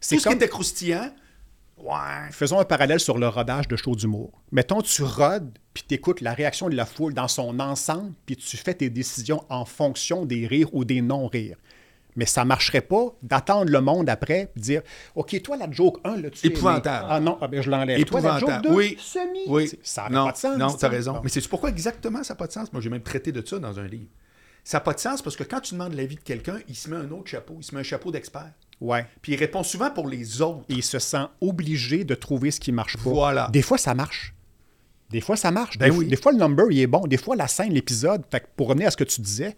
Speaker 2: C'est
Speaker 1: ce
Speaker 2: comme-
Speaker 1: qui était croustillant, ouais.
Speaker 2: Faisons un parallèle sur le rodage de show d'humour. Mettons, tu rodes, puis tu écoutes la réaction de la foule dans son ensemble, puis tu fais tes décisions en fonction des rires ou des non-rires. Mais ça ne marcherait pas d'attendre le monde après, puis dire OK, toi, la joke 1, là, tu es
Speaker 1: Épouvantable.
Speaker 2: Ah non, ah ben, je l'enlève. Toi, la joke
Speaker 1: Épouvantable.
Speaker 2: 2,
Speaker 1: Oui.
Speaker 2: semi.
Speaker 1: Oui.
Speaker 2: Tu sais, Ça n'a
Speaker 1: non,
Speaker 2: pas de sens.
Speaker 1: Non,
Speaker 2: tu
Speaker 1: t'as
Speaker 2: sais.
Speaker 1: raison.
Speaker 2: Bon.
Speaker 1: Mais c'est pourquoi exactement ça n'a pas de sens. Moi, j'ai même traité de ça dans un livre. Ça n'a pas de sens parce que quand tu demandes l'avis de quelqu'un, il se met un autre chapeau. Il se met un chapeau d'expert.
Speaker 2: Ouais.
Speaker 1: Puis il répond souvent pour les autres.
Speaker 2: Et il se sent obligé de trouver ce qui marche pas.
Speaker 1: Voilà.
Speaker 2: Des fois, ça marche. Des fois, ça marche.
Speaker 1: Ben
Speaker 2: des,
Speaker 1: oui.
Speaker 2: des fois, le number, il est bon. Des fois, la scène, l'épisode. Fait que pour revenir à ce que tu disais,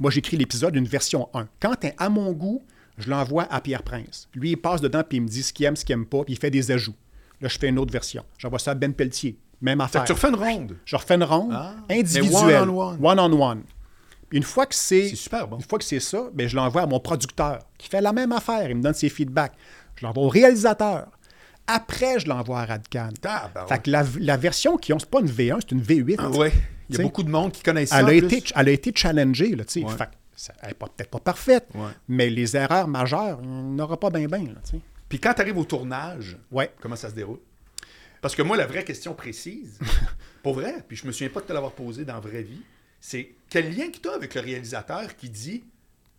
Speaker 2: moi, j'écris l'épisode, une version 1. Quand t'es à mon goût, je l'envoie à Pierre Prince. Lui, il passe dedans, puis il me dit ce qu'il aime, ce qu'il aime pas, puis il fait des ajouts. Là, je fais une autre version. J'envoie ça à Ben Pelletier. Même
Speaker 1: Fait
Speaker 2: affaire.
Speaker 1: que tu refais une ronde.
Speaker 2: Je refais une ronde
Speaker 1: Ah.
Speaker 2: individuelle.
Speaker 1: Mais one-on-one.
Speaker 2: One-on-one. Une fois que c'est.
Speaker 1: C'est super bon.
Speaker 2: Une fois que c'est ça, ben, je l'envoie à mon producteur qui fait la même affaire. Il me donne ses feedbacks. Je l'envoie au réalisateur. Après, je l'envoie à Radcan.
Speaker 1: Tabarouette.
Speaker 2: Fait que la, la version qu'ils ont, c'est pas une V1, c'est une V8.
Speaker 1: Ah ouais. Il y a
Speaker 2: T'sais,
Speaker 1: beaucoup de monde qui connaissent ça.
Speaker 2: elle,
Speaker 1: en
Speaker 2: a
Speaker 1: plus.
Speaker 2: été, elle a été challengée. Là, tu sais.
Speaker 1: Ouais.
Speaker 2: Fait que ça- elle n'est pas- peut-être pas parfaite,
Speaker 1: Ouais.
Speaker 2: mais les erreurs majeures, on n'aura pas bien, bien.
Speaker 1: Puis quand tu arrives au tournage,
Speaker 2: Ouais.
Speaker 1: comment ça se déroule? Parce que moi, la vraie question précise, pour vrai, puis je me souviens pas de te l'avoir posée dans la vraie vie, c'est quel lien que tu as avec le réalisateur qui dit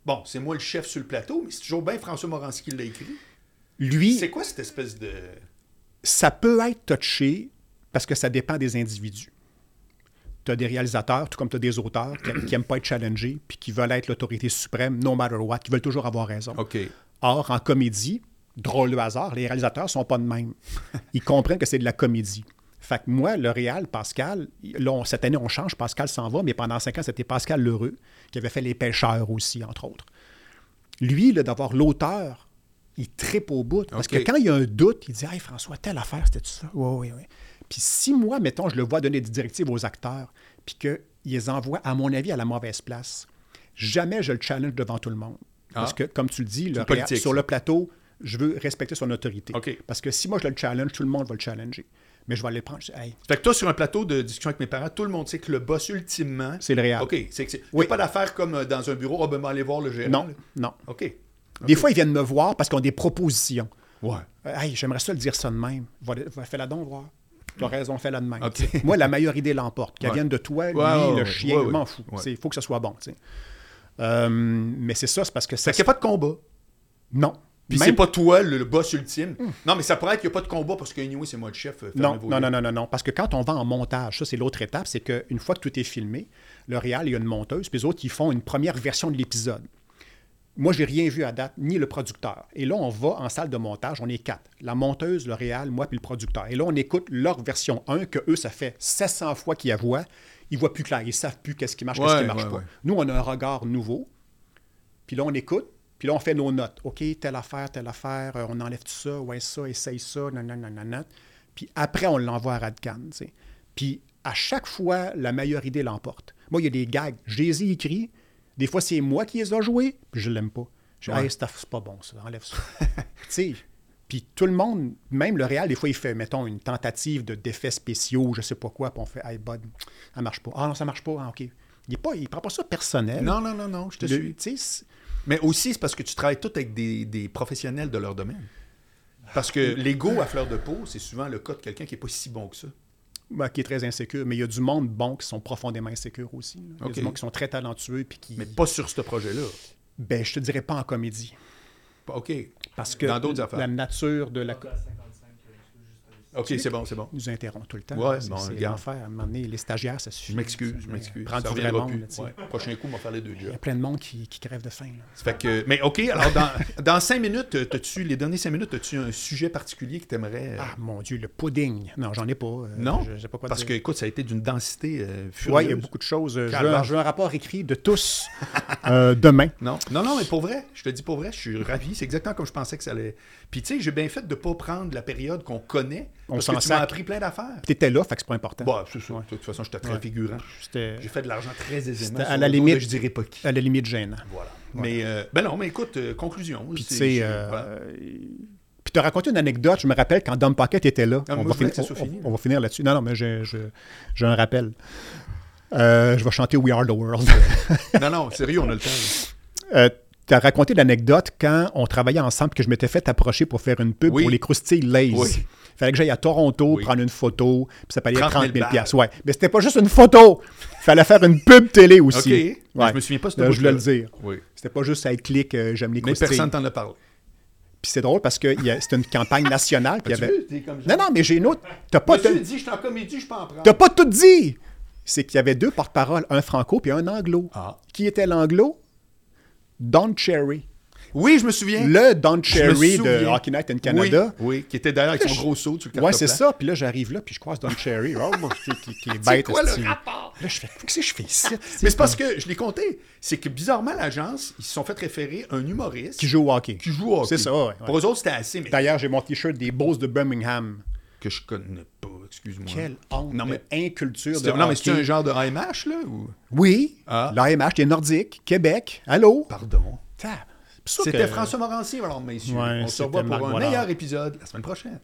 Speaker 1: Bon, c'est moi le chef sur le plateau, mais c'est toujours bien François Morancy qui l'a écrit.
Speaker 2: Lui,
Speaker 1: C'est quoi cette espèce de.
Speaker 2: ça peut être touché parce que ça dépend des individus. Tu as des réalisateurs, tout comme tu as des auteurs, qui n'aiment pas être challengés, puis qui veulent être l'autorité suprême, no matter what, qui veulent toujours avoir raison. Or, en comédie, drôle de hasard, les réalisateurs sont pas de même. Ils comprennent que c'est de la comédie. Fait que moi, le réal, Pascal, là, on- cette année, on change, Pascal s'en va, mais pendant cinq ans, c'était Pascal Lheureux, qui avait fait Les Pêcheurs aussi, entre autres. Lui, là, d'avoir l'auteur, il tripe au bout. Parce
Speaker 1: OK.
Speaker 2: que quand il y a un doute, il dit Hey, François, telle affaire, c'était ça. Oui, oui, oui. Puis si moi, mettons, je le vois donner des directives aux acteurs, puis qu'ils les envoient, à mon avis, à la mauvaise place, jamais je le challenge devant tout le monde. Parce
Speaker 1: Ah.
Speaker 2: que, comme tu le dis, le
Speaker 1: une politique,
Speaker 2: réa- sur
Speaker 1: ça.
Speaker 2: le plateau, je veux respecter son autorité.
Speaker 1: OK.
Speaker 2: Parce que si moi, je le challenge, tout le monde va le challenger. Mais je vais aller prendre. je dis, Hey,
Speaker 1: Fait que toi, sur un plateau de discussion avec mes parents, tout le monde sait que le boss, ultimement.
Speaker 2: c'est le réel.
Speaker 1: OK. C'est que c'est-
Speaker 2: Oui.
Speaker 1: y a pas d'affaire comme euh, dans un bureau. Ah, ben, aller voir le gérant.
Speaker 2: Non,
Speaker 1: là.
Speaker 2: non.
Speaker 1: OK.
Speaker 2: Des fois, ils viennent me voir parce qu'ils ont des propositions.
Speaker 1: Ouais.
Speaker 2: Euh, Hey, j'aimerais ça le dire ça de même. Va, va- fais-la donc voir. Tu as raison, fais-la de même.
Speaker 1: OK.
Speaker 2: tu sais. Moi, la meilleure idée l'emporte. Qu'elle
Speaker 1: Ouais.
Speaker 2: vienne de toi, lui,
Speaker 1: ouais,
Speaker 2: le
Speaker 1: ouais,
Speaker 2: chien,
Speaker 1: ouais,
Speaker 2: je
Speaker 1: ouais.
Speaker 2: m'en fous.
Speaker 1: Ouais.
Speaker 2: Il faut que ça soit bon. tu sais. Euh, mais c'est ça, c'est parce que ça.
Speaker 1: Fait qu'il n'y a pas de combat.
Speaker 2: Non.
Speaker 1: Puis
Speaker 2: Même-
Speaker 1: c'est pas toi le, le boss ultime. Non, mais ça pourrait être qu'il n'y a pas de combat parce que anyway, c'est moi le chef. euh, fermez
Speaker 2: Non,
Speaker 1: vos
Speaker 2: non,
Speaker 1: gueules.
Speaker 2: non, non, non, non. Parce que quand on va en montage, ça, c'est l'autre étape, c'est qu'une fois que tout est filmé, le réal, il y a une monteuse, puis les autres, ils font une première version de l'épisode. Moi, j'ai rien vu à date, ni le producteur. Et là, on va en salle de montage, on est quatre. La monteuse, le réal, moi, puis le producteur. Et là, on écoute leur version 1, que eux, ça fait 700 fois qu'ils la voient. Ils voient plus clair, ils savent plus qu'est-ce qui marche, qu'est-ce
Speaker 1: Ouais,
Speaker 2: qui marche
Speaker 1: ouais,
Speaker 2: pas.
Speaker 1: ouais.
Speaker 2: Nous, on a un regard nouveau, puis là, on écoute, puis là, on fait nos notes. OK, telle affaire, telle affaire, euh, on enlève tout ça, ouais, ça, essaye ça, nanana. nanana. Puis après, on l'envoie à Radcan, tu sais. Puis à chaque fois, la meilleure idée l'emporte. Moi, il y a des gags, je les ai écrits. Des fois, c'est moi qui les ai joués, puis je l'aime pas. Je dis,
Speaker 1: Ouais.
Speaker 2: hey, Steph, c'est pas bon, ça, enlève ça. tu sais, puis tout le monde, même le réal, des fois, il fait, mettons, une tentative de d'effets spéciaux, je sais pas quoi, puis on fait, hey, bud, ça marche pas. Ah non, ça marche pas, ah, OK. Il est pas, il prend pas ça personnel.
Speaker 1: Non, non, non, non, je te
Speaker 2: Le-
Speaker 1: suis.
Speaker 2: tu sais, c'est-
Speaker 1: Mais aussi, c'est parce que tu travailles tout avec des, des professionnels de leur domaine. Parce que l'ego à fleur de peau, c'est souvent le cas de quelqu'un qui n'est pas si bon que ça.
Speaker 2: bah, qui est très insécure, mais il y a du monde bon qui sont profondément insécures aussi. là. Il y a
Speaker 1: Ok.
Speaker 2: du monde qui sont très talentueux puis qui.
Speaker 1: Mais pas sur ce projet-là.
Speaker 2: Ben, je te dirais pas en comédie.
Speaker 1: Pas- OK.
Speaker 2: Parce que
Speaker 1: Dans d'autres
Speaker 2: la
Speaker 1: affaires.
Speaker 2: nature de la. co-
Speaker 1: OK, c'est bon, c'est bon.
Speaker 2: Ils nous interrompt tout le temps.
Speaker 1: Ouais,
Speaker 2: là. c'est
Speaker 1: bon,
Speaker 2: c'est
Speaker 1: regarde.
Speaker 2: l'enfer. À un moment donné, les stagiaires, ça suffit.
Speaker 1: Je m'excuse,
Speaker 2: Ça,
Speaker 1: je
Speaker 2: là,
Speaker 1: m'excuse.
Speaker 2: Prendre
Speaker 1: Ça
Speaker 2: du vrai
Speaker 1: reviendra
Speaker 2: monde.
Speaker 1: plus.
Speaker 2: là, tu sais.
Speaker 1: Ouais. Prochain coup, on va faire les deux
Speaker 2: Il y
Speaker 1: jobs.
Speaker 2: a plein de monde qui, qui crève de faim. là.
Speaker 1: Fait que, mais OK, alors dans, dans cinq minutes, euh, t'as-tu, les dernières cinq minutes, as-tu un sujet particulier que t'aimerais... euh,
Speaker 2: Ah mon Dieu, le pudding. Non, j'en ai pas. euh,
Speaker 1: non?
Speaker 2: je, je sais pas quoi
Speaker 1: Parce que,
Speaker 2: dire.
Speaker 1: écoute, ça a été d'une densité euh, furieuse.
Speaker 2: Ouais, il y a beaucoup de choses. Euh, Je veux, un,
Speaker 1: Calvaire.
Speaker 2: je veux un rapport écrit de tous euh, demain.
Speaker 1: Non, non, non, mais pour vrai, je te dis pour vrai, je suis ravi. C'est exactement comme je pensais que ça allait. Puis tu sais, j'ai bien fait de ne pas prendre la période qu'on connaît.
Speaker 2: On
Speaker 1: parce
Speaker 2: s'en
Speaker 1: que tu m'as
Speaker 2: sac.
Speaker 1: appris plein d'affaires.
Speaker 2: T'étais là, fait que c'est pas important.
Speaker 1: Bon, c'est ça.
Speaker 2: Ouais.
Speaker 1: De toute façon, j'étais très
Speaker 2: Ouais.
Speaker 1: figurant.
Speaker 2: C'était
Speaker 1: J'ai fait de l'argent très aisément.
Speaker 2: C'était à
Speaker 1: sur
Speaker 2: la
Speaker 1: le dos de
Speaker 2: limite-
Speaker 1: Je dirais pas qui.
Speaker 2: à la limite gênant.
Speaker 1: Voilà. Mais, euh, ben non, mais écoute, euh, conclusion.
Speaker 2: Puis tu
Speaker 1: c'est-
Speaker 2: sais,
Speaker 1: je-
Speaker 2: euh,
Speaker 1: voilà.
Speaker 2: puis t'as raconté une anecdote, je me rappelle quand Dom Pocket était là.
Speaker 1: Ah,
Speaker 2: on,
Speaker 1: moi,
Speaker 2: va
Speaker 1: je voulais
Speaker 2: finir,
Speaker 1: que ça soit
Speaker 2: on-
Speaker 1: fini.
Speaker 2: on va finir là-dessus. Non, non, mais j'ai, je- j'ai un rappel. Euh, je vais chanter We Are the World.
Speaker 1: Non, non, sérieux, on a le temps. là.
Speaker 2: Euh, t'as raconté l'anecdote quand on travaillait ensemble que je m'étais fait approcher pour faire une pub
Speaker 1: Oui.
Speaker 2: pour les croustilles Lays.
Speaker 1: Oui.
Speaker 2: Fallait que j'aille à Toronto
Speaker 1: Oui.
Speaker 2: prendre une photo, puis ça payait
Speaker 1: 30
Speaker 2: 30
Speaker 1: 000
Speaker 2: 000 piastres, Ouais. Mais c'était pas juste une photo. Fallait faire une pub télé aussi.
Speaker 1: OK. Mais
Speaker 2: Ouais.
Speaker 1: Je me souviens pas de ce
Speaker 2: Là, Je voulais le
Speaker 1: bout-là.
Speaker 2: dire.
Speaker 1: Oui.
Speaker 2: C'était pas juste à clic, euh, j'aime les
Speaker 1: Mais
Speaker 2: croustilles.
Speaker 1: personne t'en a parlé.
Speaker 2: Puis c'est drôle parce que il y a- c'est une campagne nationale. Puis il y
Speaker 1: As-tu
Speaker 2: avait...
Speaker 1: vu? T'es comme ça.
Speaker 2: Non, non, mais j'ai une autre. T'as pas,
Speaker 1: Monsieur
Speaker 2: tout-
Speaker 1: dit, je suis en comédie, je peux en prendre.
Speaker 2: t'as pas tout dit. C'est qu'il y avait deux porte-paroles, un franco puis un anglo.
Speaker 1: Ah.
Speaker 2: Qui était l'anglo? Don Cherry.
Speaker 1: Oui, je me souviens.
Speaker 2: Le Don
Speaker 1: Je me
Speaker 2: Cherry de
Speaker 1: souviens.
Speaker 2: Hockey Night in Canada.
Speaker 1: Oui, oui, qui était derrière avec son gros saut sur le
Speaker 2: Ouais, c'est
Speaker 1: cartoplan.
Speaker 2: ça. Puis là, j'arrive là, puis je croise Don Cherry. Oh, mon Dieu, qui, qui est bête.
Speaker 1: quoi le
Speaker 2: esti.
Speaker 1: rapport?
Speaker 2: Là, je fais, qu'est-ce que je fais ici?
Speaker 1: Mais c'est parce que, je l'ai compté, c'est que bizarrement, l'agence, ils se sont fait référer un humoriste
Speaker 2: Qui joue au hockey.
Speaker 1: qui joue au hockey.
Speaker 2: C'est ça, ouais, ouais.
Speaker 1: Pour eux autres, c'était assez, mais
Speaker 2: D'ailleurs, j'ai mon T-shirt des Bulls de Birmingham.
Speaker 1: que je connais pas, excuse-moi.
Speaker 2: Quelle honte,
Speaker 1: Non, mais,
Speaker 2: de inculture de
Speaker 1: c'est- non, mais c'est
Speaker 2: hockey.
Speaker 1: un genre de AMH, là, ou...
Speaker 2: Oui,
Speaker 1: Ah.
Speaker 2: l'AMH, des Nordiques, Québec. Allô?
Speaker 1: Pardon.
Speaker 2: Tab. Puis ça
Speaker 1: C'était
Speaker 2: que-
Speaker 1: François Morancy, alors, messieurs.
Speaker 2: Ouais,
Speaker 1: On se
Speaker 2: c'était
Speaker 1: revoit pour
Speaker 2: Marc
Speaker 1: un
Speaker 2: Boilard.
Speaker 1: meilleur épisode la semaine prochaine.